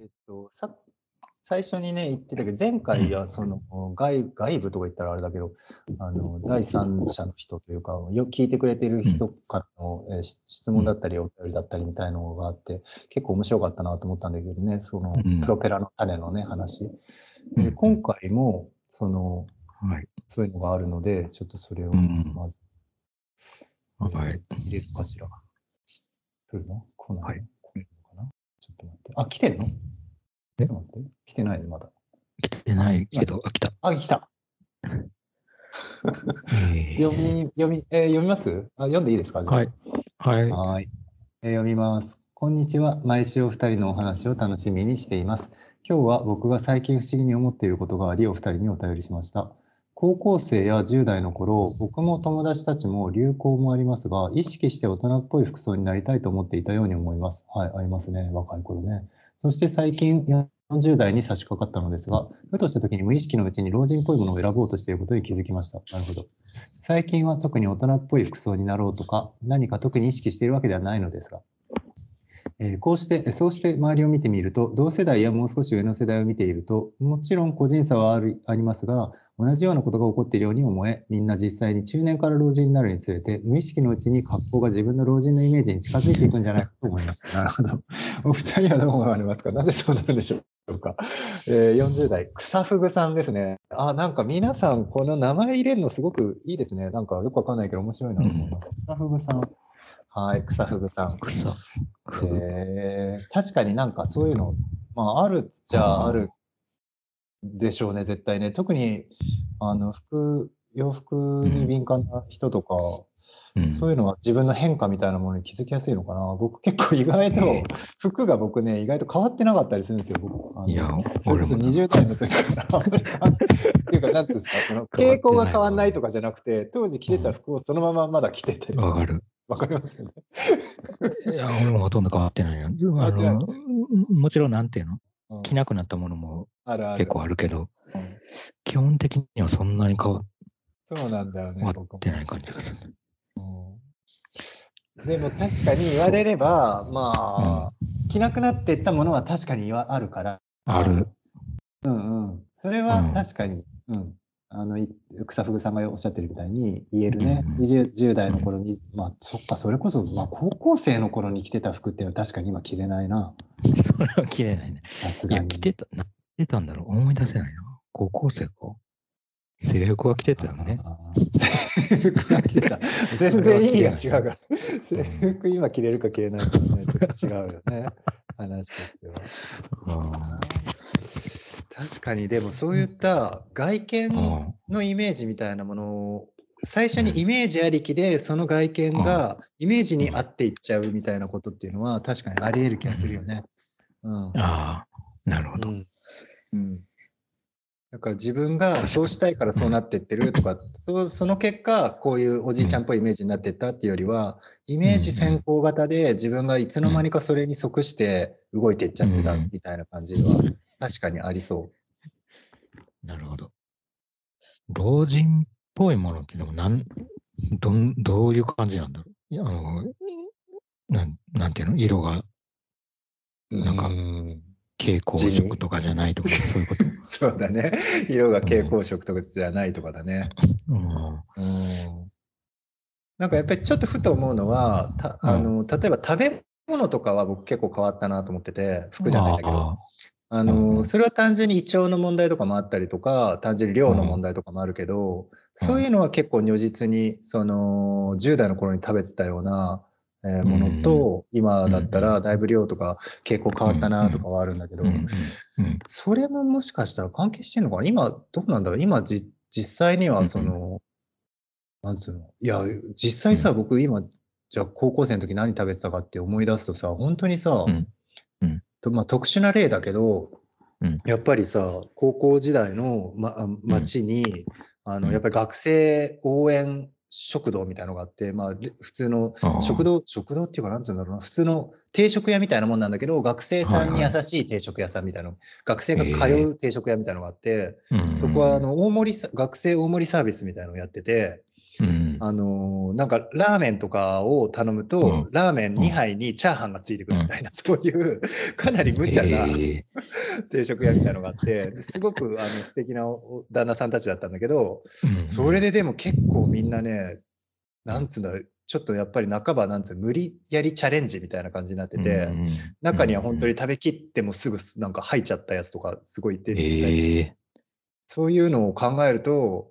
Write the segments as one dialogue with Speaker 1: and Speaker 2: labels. Speaker 1: えっと、さ最初にね、言ってたけど、前回はその外外部とか言ったらあれだけど、あの第三者の人というか、よ聞いてくれてる人からの、えーし質問だったり、お便りだったりみたいなのがあって、結構面白かったなと思ったんだけどね、その
Speaker 2: うん
Speaker 1: プロペラの種のね、話。
Speaker 2: うん
Speaker 1: で今回も、その、
Speaker 2: はい。
Speaker 1: そういうのがあるので、ちょっとそれを
Speaker 2: うん
Speaker 1: まず
Speaker 2: はい。
Speaker 1: 入れるかしら。来るの来ないの、
Speaker 2: はい
Speaker 1: 来るのかなちょっと待って。あ、来てんのえ待って。来てないのまだ。
Speaker 2: 来てないけど、あ、来た。
Speaker 1: あ、来た。
Speaker 2: えー
Speaker 1: 読み、読み、えー読みますあ読んでいいですかじゃあ
Speaker 2: はい。はい。
Speaker 1: はい、えー読みます。こんにちは。毎週お二人のお話を楽しみにしています。今日は僕が最近不思議に思っていることがあり、お二人にお便りしました。高校生や10代の頃、僕も友達たちも流行もありますが、意識して大人っぽい服装になりたいと思っていたように思います。はい、ありますね。若い頃ね。そして最近40代に差し掛かったのですが、ふとした時に無意識のうちに老人っぽいものを選ぼうとしていることに気づきました。なるほど。最近は特に大人っぽい服装になろうとか何か特に意識しているわけではないのですが、えーこうしてえそうして周りを見てみると同世代やもう少し上の世代を見ているともちろん個人差はあるありますが同じようなことが起こっているように思えみんな実際に中年から老人になるにつれて無意識のうちに格好が自分の老人のイメージに近づいていくんじゃないかと思いました。なるほど。 お二人はどう思われますかなぜそうなるんでしょうかえー、40代、草ふぐさんですね。あ、なんか皆さん、この名前入れるのすごくいいですね。なんかよくわかんないけど面白いなと思います。草ふぐさん。はい、草ふぐさん。
Speaker 2: 草。
Speaker 1: えー確かになんかそういうの、まあ、あるっちゃあるでしょうね、絶対ね。特に、あの、服、洋服に敏感な人とか、
Speaker 2: うん
Speaker 1: そういうのは自分の変化みたいなものに気づきやすいのかな。僕結構意外
Speaker 2: う
Speaker 1: と
Speaker 2: ん、
Speaker 1: 服が僕ね、意外と変わってなかったりするんですよ、僕。あの
Speaker 2: いや、
Speaker 1: それ
Speaker 2: 俺
Speaker 1: こそ
Speaker 2: もな。
Speaker 1: 20代の時からあんまり変わんないっていうか、なんていうんですか、その
Speaker 2: 変わってない
Speaker 1: 傾向が変わんないとかじゃなくて、当時着てた服をそのまままだ着てて、
Speaker 2: わかる。
Speaker 1: わかりますよね。
Speaker 2: いや、俺もほとんど変わってないよ。
Speaker 1: わ
Speaker 2: あ
Speaker 1: ってない
Speaker 2: の、もちろん、なんていうの
Speaker 1: うん
Speaker 2: 着なくなったものも
Speaker 1: あるある
Speaker 2: 結構あるけど
Speaker 1: うん、
Speaker 2: 基本的にはそんなに変わ
Speaker 1: そうなんだよね、僕
Speaker 2: っ
Speaker 1: も
Speaker 2: てない感じがする。
Speaker 1: でも確かに言われれば、まあ、着なくなっていったものは確かにあるから。
Speaker 2: ある。
Speaker 1: うんうん。それは確かに、うん。あの、い草ふぐさんがおっしゃってるみたいに言えるね。
Speaker 2: うんうん
Speaker 1: 20 10代の頃に、まあ、そっか、それこそ、まあ、高校生の頃に着てた服っていうのは確かに今着れないな。
Speaker 2: それは着れないね。
Speaker 1: さす
Speaker 2: い
Speaker 1: が
Speaker 2: や、
Speaker 1: に。
Speaker 2: 着てた、な着てたんだろう。思い出せないな。高校生か。制服は着てたよね。
Speaker 1: あー。 制服は着てた。全然意味が違うから。制服今着れるか着れないかはね、ちょっと違うよね。話としては。
Speaker 2: うん
Speaker 1: 確かにでもそういった外見
Speaker 2: うん
Speaker 1: のイメージみたいなものを最初にイメージありきでその外見がイメージに合っていっちゃうみたいなことっていうのは確かにありえる気がするよね。うん
Speaker 2: ああ、なるほど。
Speaker 1: うんだから自分がそうしたいからそうなってってると か、そうその結果、こういうおじいちゃんっぽいイメージになってったっていうよりは、イメージ先行型で自分がいつの間にかそれに即して動いていっちゃってた
Speaker 2: うん
Speaker 1: みたいな感じは確かにありそ
Speaker 2: なるほど。老人っぽいものってでもなん どんどういう感じなんだろういやあのなんなんていうの色が
Speaker 1: う。
Speaker 2: なんか
Speaker 1: うん
Speaker 2: 蛍光
Speaker 1: 地味
Speaker 2: 色とかじゃないとか そういうこと。
Speaker 1: そうだね。色が蛍光色とかじゃないとかだね。
Speaker 2: うん
Speaker 1: うんなんかやっぱりちょっとふと思うのは、たあの例えば食べ物とかは僕結構変わったなと思ってて、服じゃないんだけど。
Speaker 2: あ
Speaker 1: あ
Speaker 2: うんう
Speaker 1: の
Speaker 2: ん
Speaker 1: それは単純に胃腸の問題とかもあったりとか単純に量の問題とかもあるけど、そういうのは結構如実にその10代の頃に食べてたような、えーものと、今だったらだいぶ量とか傾向変わったなとかはあるんだけ
Speaker 2: ー
Speaker 1: ど、
Speaker 2: うんうんうん
Speaker 1: それももしかしたら関係してんのかな今どうなんだろう今じ実際にはその、なんつうのいや実際さ、
Speaker 2: う
Speaker 1: 僕今じゃあ高校生の時何食べてたかって思い出すとさ本当にさ、
Speaker 2: うんうん
Speaker 1: とまあ、特殊な例だけど、
Speaker 2: うん
Speaker 1: やっぱりさ高校時代の、ま、あ町に、あ
Speaker 2: う
Speaker 1: の
Speaker 2: ん
Speaker 1: やっぱり学生応援食堂みたいのがあって、まあ、れ普通の
Speaker 2: あー
Speaker 1: 食堂食堂っていうかなんつうんだろうな普通の定食屋みたいなもんなんだけど学生さんに優しい定食屋さんみたいな、学生が通う定食屋みたいなのがあって、
Speaker 2: うん
Speaker 1: そこはあの大盛りさ学生大盛りサービスみたいなのをやってて、
Speaker 2: うん
Speaker 1: あのーなんかラーメンとかを頼むと、
Speaker 2: うん
Speaker 1: ラーメン2杯にチャーハンがついてくるみたいな、そういうかなり無茶な
Speaker 2: え
Speaker 1: 定食屋みたいなのがあって、ですごくあの素敵なおお旦那さんたちだったんだけど、
Speaker 2: ーうん
Speaker 1: それででも結構みんなね、なんつうんだろう、ちょっとやっぱり半ばなんつう無理やりチャレンジみたいな感じになってて、
Speaker 2: うんうん
Speaker 1: 中には本当に食べきってもすぐなんか吐いちゃったやつとかすごい出てきたり、
Speaker 2: ええ
Speaker 1: そういうのを考えると、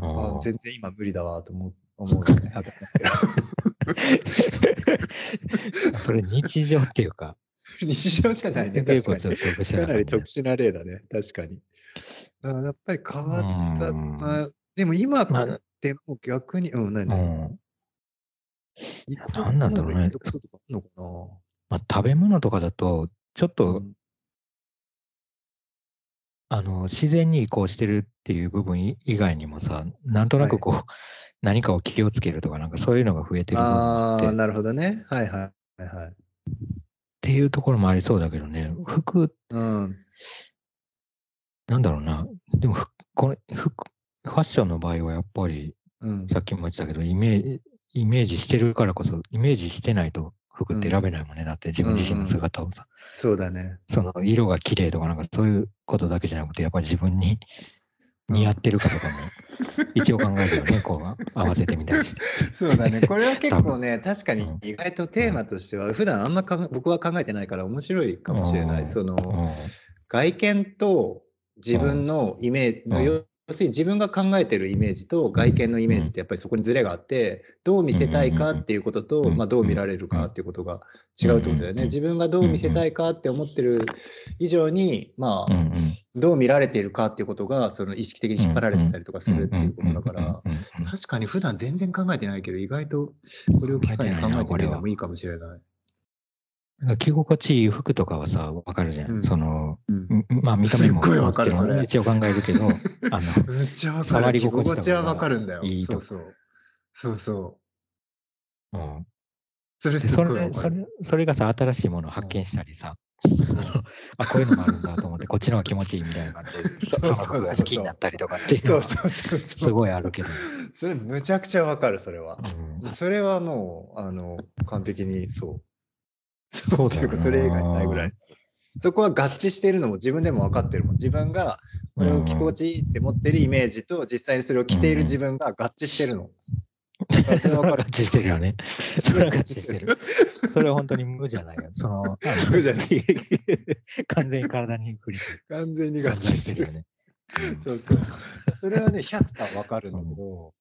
Speaker 2: あ
Speaker 1: あ
Speaker 2: ー
Speaker 1: 全然今無理だわと思う。思うよね
Speaker 2: それ日常っていうか、
Speaker 1: 日常しか ないね。
Speaker 2: 結
Speaker 1: 確か
Speaker 2: 構
Speaker 1: に
Speaker 2: ちょっと特殊
Speaker 1: か
Speaker 2: な
Speaker 1: な
Speaker 2: 感
Speaker 1: り
Speaker 2: じ
Speaker 1: 特殊な例だね、確かに。だからやっぱり変わった、
Speaker 2: うん
Speaker 1: まあ、でも今
Speaker 2: まあ
Speaker 1: でも逆に、うん、何、
Speaker 2: う
Speaker 1: 何
Speaker 2: んなんなんだろうね
Speaker 1: いろんなこととかあんのか
Speaker 2: まあ、食べ物とかだと、ちょっと、
Speaker 1: なうん
Speaker 2: あの自然に移行してるっていう部分い以外にもさ、なんとなくこう、 何かを気をつけるとか、なんかそういうのが増えてる部分もあ
Speaker 1: あ
Speaker 2: って
Speaker 1: あ、
Speaker 2: っ
Speaker 1: なるほどね。はいはい。はいはい、
Speaker 2: ていうところもありそうだけどね、服、
Speaker 1: うん。
Speaker 2: なんだろうな、でも服これ服、ファッションの場合はやっぱり、
Speaker 1: うん。
Speaker 2: さっきも言ってたけど、イメージ、イメージしてるからこそ、イメージしてないと服って選べないもんね。だって自分自身の姿をさ、
Speaker 1: そうだね。
Speaker 2: その色が綺麗とかなんかそういうことだけじゃなくて、やっぱり自分
Speaker 1: う
Speaker 2: に
Speaker 1: ん
Speaker 2: 似合ってるかとかも、 一応考えるよね、こう合わせてみたりして。
Speaker 1: そうだね。これは結
Speaker 2: 多
Speaker 1: 構ね、確かに
Speaker 2: うん
Speaker 1: 意外とテーマとしては、普段あんまかん僕は考えてないから面白いかもしれな
Speaker 2: うん
Speaker 1: い。その、
Speaker 2: うん
Speaker 1: 外見と自分のイメージの、
Speaker 2: うん
Speaker 1: 要するに自分が考えてるイメージと外見のイメージってやっぱりそこにズレがあってどう見せたいかっていうこと
Speaker 2: うんうん
Speaker 1: と、
Speaker 2: うん
Speaker 1: まあ、どう見られるかっていうことが違うってことだよ
Speaker 2: うんうんう
Speaker 1: ね。
Speaker 2: ん
Speaker 1: 自分がどう見せたいかって思ってる以上に、ま
Speaker 2: うん
Speaker 1: あ、
Speaker 2: うん
Speaker 1: どう見られているかっていうことがその意識的に引っ張られてたりとかするっていうことだから。
Speaker 2: うんうんうんうん
Speaker 1: 確かに普段全然考えてないけど意外とこれを機会に考えてみるのもいいかもしれない。
Speaker 2: なんか着心地いい服とかはさ、わかるじゃん。
Speaker 1: うん
Speaker 2: その、
Speaker 1: うん
Speaker 2: んまあ見た目も
Speaker 1: すっごいわかる
Speaker 2: もちろん
Speaker 1: それ
Speaker 2: 一応考えるけ ど、あの、
Speaker 1: めっちゃわか
Speaker 2: 触
Speaker 1: る。
Speaker 2: り
Speaker 1: 着
Speaker 2: 心地とか
Speaker 1: 心地はわかるんだよ。
Speaker 2: いいと
Speaker 1: そ
Speaker 2: か
Speaker 1: うそう。そうそう。
Speaker 2: うん
Speaker 1: それ
Speaker 2: ですそ
Speaker 1: ごいわ
Speaker 2: れ
Speaker 1: か
Speaker 2: そ
Speaker 1: る。
Speaker 2: れそれがさ、新しいものを発見したりさ、あ、こういうのもあるんだと思って、こっちの方が気持ちいいみたいな感じで、
Speaker 1: そ
Speaker 2: そ
Speaker 1: そう
Speaker 2: う
Speaker 1: そう
Speaker 2: の服が好きになったりとかっていうの
Speaker 1: そう
Speaker 2: は、
Speaker 1: そうそうそう。
Speaker 2: すごいあるけど。
Speaker 1: それむちゃくちゃわかる、それは
Speaker 2: う。ん
Speaker 1: それはもう、あの、完璧にそう。
Speaker 2: そ
Speaker 1: そうう
Speaker 2: だ
Speaker 1: とい
Speaker 2: よな
Speaker 1: うか、それ以外ないぐらい。そこは合致してるのも自分でも分かってるもん。自分がこれを着心地いいって持ってるイメージと実際にそれを着ている自分が合致してる の。だからそれは
Speaker 2: そ
Speaker 1: わ
Speaker 2: れは
Speaker 1: か
Speaker 2: 合
Speaker 1: る。
Speaker 2: 致してるよ ね。それは合致してる。それは本当に無じゃないよ。その、あの
Speaker 1: 無じゃな
Speaker 2: 完全に体に振り付
Speaker 1: 完全に
Speaker 2: け
Speaker 1: 合
Speaker 2: 存
Speaker 1: 致
Speaker 2: 在
Speaker 1: して
Speaker 2: よ
Speaker 1: る。
Speaker 2: ね。
Speaker 1: そうそう。それはね、100%分かるんだけど。
Speaker 2: うんうん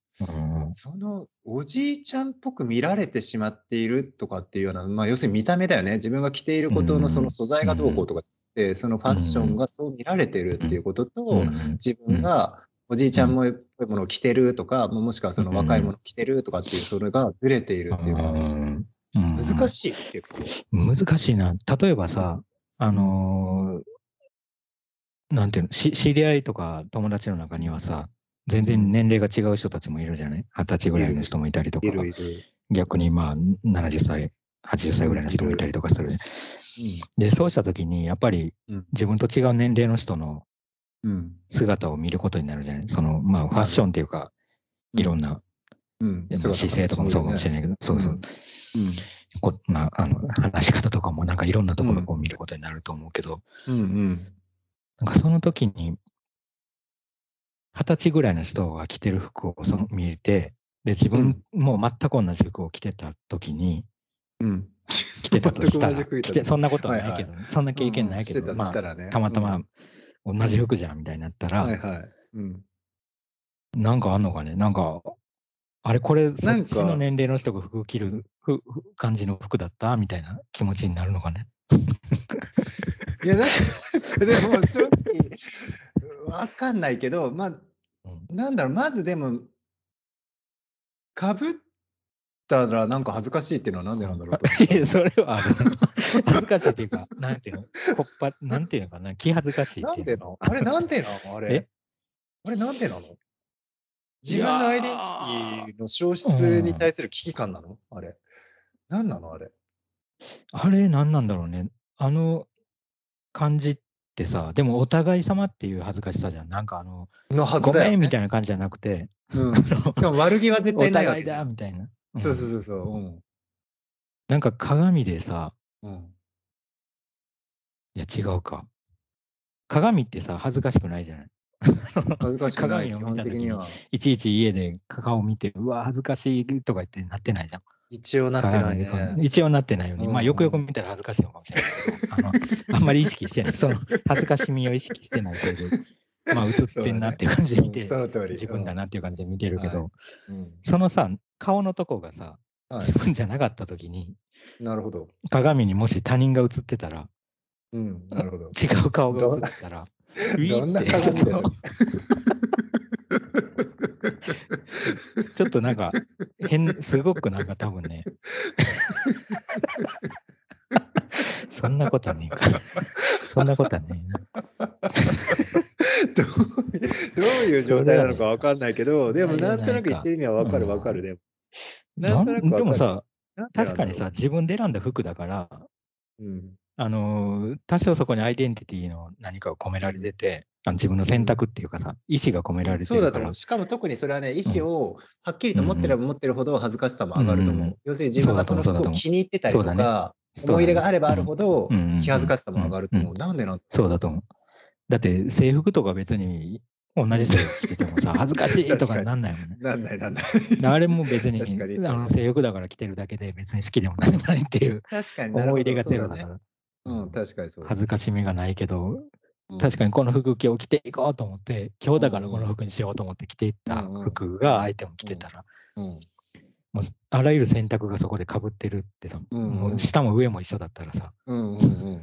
Speaker 1: そのおじいちゃんっぽく見られてしまっているとかっていうような、まあ、要するに見た目だよね自分が着ていること
Speaker 2: うん
Speaker 1: のその素材がどうこうとかじゃなくてそのファッションがそう見られてるっていうことと、
Speaker 2: うん
Speaker 1: 自分がおじいちゃんもっぽいものを着てるとか、もうもしくはその若いものを着てるとかっていうそれがずれているっていうか、
Speaker 2: うんうん
Speaker 1: 難しい結構。
Speaker 2: 難しいな。例えばさ、あのーなんていうのし、知り合いとか友達の中にはさ、全然年齢が違う人たちもいるじゃない二十歳ぐらいの人もいたりとか
Speaker 1: い、るいる。
Speaker 2: 逆にまあ70歳、80歳ぐらいの人もいたりとかする。で、そうした時に、やっぱり
Speaker 1: うん
Speaker 2: 自分と違う年齢の人の
Speaker 1: うん。うん。
Speaker 2: 姿を見ることになるじゃないその、まあ、ファッションっていうか、いろんな、
Speaker 1: うん。
Speaker 2: やっぱ姿勢とかもそうかもしれ
Speaker 1: ない。
Speaker 2: ないけど、そうそう。
Speaker 1: うん。
Speaker 2: こまあ、あの話し方とかもなんかいろんなところを見ることになると思うけど、
Speaker 1: うんうん。
Speaker 2: なんかその時に、二十歳ぐらいの人が着てる服をその見て、で、自分も全く同じ服を着てた時に、
Speaker 1: うん。
Speaker 2: 着てたとした ら、
Speaker 1: 全く同じ服着て
Speaker 2: 着
Speaker 1: た
Speaker 2: てそんなことはないけど、
Speaker 1: は
Speaker 2: そんな経験ないけど、
Speaker 1: うんうんしてたと
Speaker 2: ま
Speaker 1: し
Speaker 2: あ
Speaker 1: た、らね
Speaker 2: たまた
Speaker 1: う
Speaker 2: ま
Speaker 1: ん
Speaker 2: 同じ服じゃんみたいになったら、
Speaker 1: はいはい。うん。
Speaker 2: なんかあんのかねなんか、あれこれ、そ
Speaker 1: な
Speaker 2: っ
Speaker 1: ん
Speaker 2: ち
Speaker 1: か
Speaker 2: の年齢の人が服を着るふふ感じの服だったみたいな気持ちになるのかね。
Speaker 1: いや、なんか、でも正直、わかんないけど、まあ、
Speaker 2: うん
Speaker 1: なんだろう、まずでも、かぶったらなんか恥ずかしいっていうのはなんでなんだろうと思っ
Speaker 2: い
Speaker 1: た。
Speaker 2: や、それはあるね。 恥ずかしいっていうか、なんていうの、こっぱ、なんていうのかな、気恥ずかしい
Speaker 1: な
Speaker 2: ってい
Speaker 1: ん
Speaker 2: う
Speaker 1: でなのあれ、なんでなのあれ
Speaker 2: え。
Speaker 1: あれ、なんでなの自分のアイデンティティの消失に対する危機感なのあれ。なんなのあれ。
Speaker 2: あれ、なんなんだろうね。あの感じっってさ、でもお互い様っていう恥ずかしさじゃん。なんかあの、
Speaker 1: のはず
Speaker 2: ご
Speaker 1: だ
Speaker 2: め
Speaker 1: よ、
Speaker 2: ん
Speaker 1: ね。
Speaker 2: みたいな感じじゃなくて、
Speaker 1: うん。
Speaker 2: あ
Speaker 1: し
Speaker 2: の
Speaker 1: かも悪気は絶
Speaker 2: お
Speaker 1: 対ないわけ
Speaker 2: 互い
Speaker 1: じゃ
Speaker 2: だ
Speaker 1: ん。
Speaker 2: みたいな。
Speaker 1: そう
Speaker 2: うん
Speaker 1: そうそうそう。うん。
Speaker 2: なんか鏡でさ、
Speaker 1: うん。
Speaker 2: いや違うか。鏡ってさ、恥ずかしくないじゃない。
Speaker 1: 恥ずかしくない、
Speaker 2: 鏡を
Speaker 1: 基
Speaker 2: 見
Speaker 1: 本
Speaker 2: た
Speaker 1: 的
Speaker 2: 時に
Speaker 1: には。
Speaker 2: いちいち家で顔を見て、うわ、恥ずかしいとか言ってなってないじゃん。
Speaker 1: 一応なってない
Speaker 2: 鏡
Speaker 1: ね。
Speaker 2: で一応なってないよね。
Speaker 1: うん
Speaker 2: まあ、よくよく見たら恥ずかしいのかもしれないけど、あの、あんまり意 識してない。その、恥ずかしみを意識してないけど、まあ、映ってんなっていう感じで見て
Speaker 1: うん、その通り。
Speaker 2: 自分だ
Speaker 1: な。
Speaker 2: なっていう感じで見てるけ
Speaker 1: は
Speaker 2: ど、
Speaker 1: うん
Speaker 2: そのさ、顔のとこがさ、
Speaker 1: は
Speaker 2: 自分じゃなかった時に、
Speaker 1: い。なるほど。
Speaker 2: 鏡にもし他人が映ってたら、
Speaker 1: うん。なるほ ど。
Speaker 2: 違う顔が映ってたら、ウィ
Speaker 1: どん
Speaker 2: ー
Speaker 1: な
Speaker 2: ってちょ
Speaker 1: 鏡だ
Speaker 2: っ
Speaker 1: よ
Speaker 2: と、ちょっとなんか、変、すごくなんか多分ね、そんなことはねえか。そんなことはねえな。
Speaker 1: どういどういう状態なのかわかんないけど、
Speaker 2: それ
Speaker 1: で
Speaker 2: は
Speaker 1: も
Speaker 2: ね
Speaker 1: なんとなく言ってる意味はわかるわかる。でも、なんとなく
Speaker 2: な
Speaker 1: わ
Speaker 2: ん
Speaker 1: か
Speaker 2: で
Speaker 1: る
Speaker 2: もさ、
Speaker 1: なんてなん
Speaker 2: 確
Speaker 1: だ
Speaker 2: か
Speaker 1: ろう
Speaker 2: にさ、、自分で選んだ服だから、
Speaker 1: うん、
Speaker 2: あのー多少そこにアイデンティティの何かを込められてて、あの自分の選択っていうかさ、意思が込められてる
Speaker 1: そ
Speaker 2: から。
Speaker 1: うだと思う。しかも特にそれはね、意思をはっきりと持ってれば持ってるほど恥ずかしさも上がると思う。
Speaker 2: うん
Speaker 1: 要するに自分がその
Speaker 2: そう
Speaker 1: 服
Speaker 2: だと
Speaker 1: を
Speaker 2: 思う
Speaker 1: 気に入ってたりと
Speaker 2: そう
Speaker 1: か、
Speaker 2: そうだね
Speaker 1: 思い入れがあればあるほど
Speaker 2: うんうんうんうん、
Speaker 1: 気恥ずかしさも上がると思
Speaker 2: う
Speaker 1: う。なんでなん
Speaker 2: そうだと思う。だって制服とか別に同じ制服着ててもさ、恥ずかしいとかなんないもんね。
Speaker 1: なんないなんない。
Speaker 2: あれも別に
Speaker 1: 確かにそうだ
Speaker 2: あ
Speaker 1: ね
Speaker 2: の制服だから着てるだけで別に好きでも何でもないっていう
Speaker 1: 確かになるほど
Speaker 2: 思い入れがゼロ
Speaker 1: そ
Speaker 2: だ
Speaker 1: う
Speaker 2: か
Speaker 1: ね。
Speaker 2: ら、
Speaker 1: うん、確かにそう。
Speaker 2: 恥ずかしみがないけど、
Speaker 1: うん
Speaker 2: 確かにこの服今日着ていこうと思って、今日だからこの服にしようと思って着ていった服が相手も着てたら、
Speaker 1: うん
Speaker 2: もうあらゆる選択がそこで被ってるってさ、
Speaker 1: うんうん
Speaker 2: もう下も上も一緒だったらさ、
Speaker 1: うんうん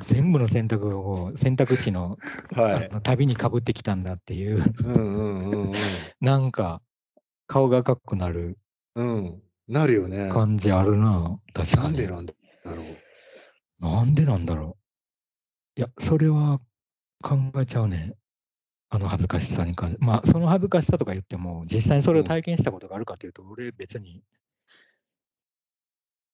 Speaker 2: 全部の選択を選択肢の,、
Speaker 1: うん。はい
Speaker 2: あ。の旅に被ってきたんだっていう、
Speaker 1: うんうんうん
Speaker 2: なんか顔が赤くなる
Speaker 1: うん。うん。なるよね。
Speaker 2: 感じあるな、確かに。
Speaker 1: なんでなんだろう。
Speaker 2: なんでなんだろう。いや、それは考えちゃうね。あの恥ずかしさに関して。まあ、その恥ずかしさとか言っても、実際にそれを体験したことがあるかというと、俺別に、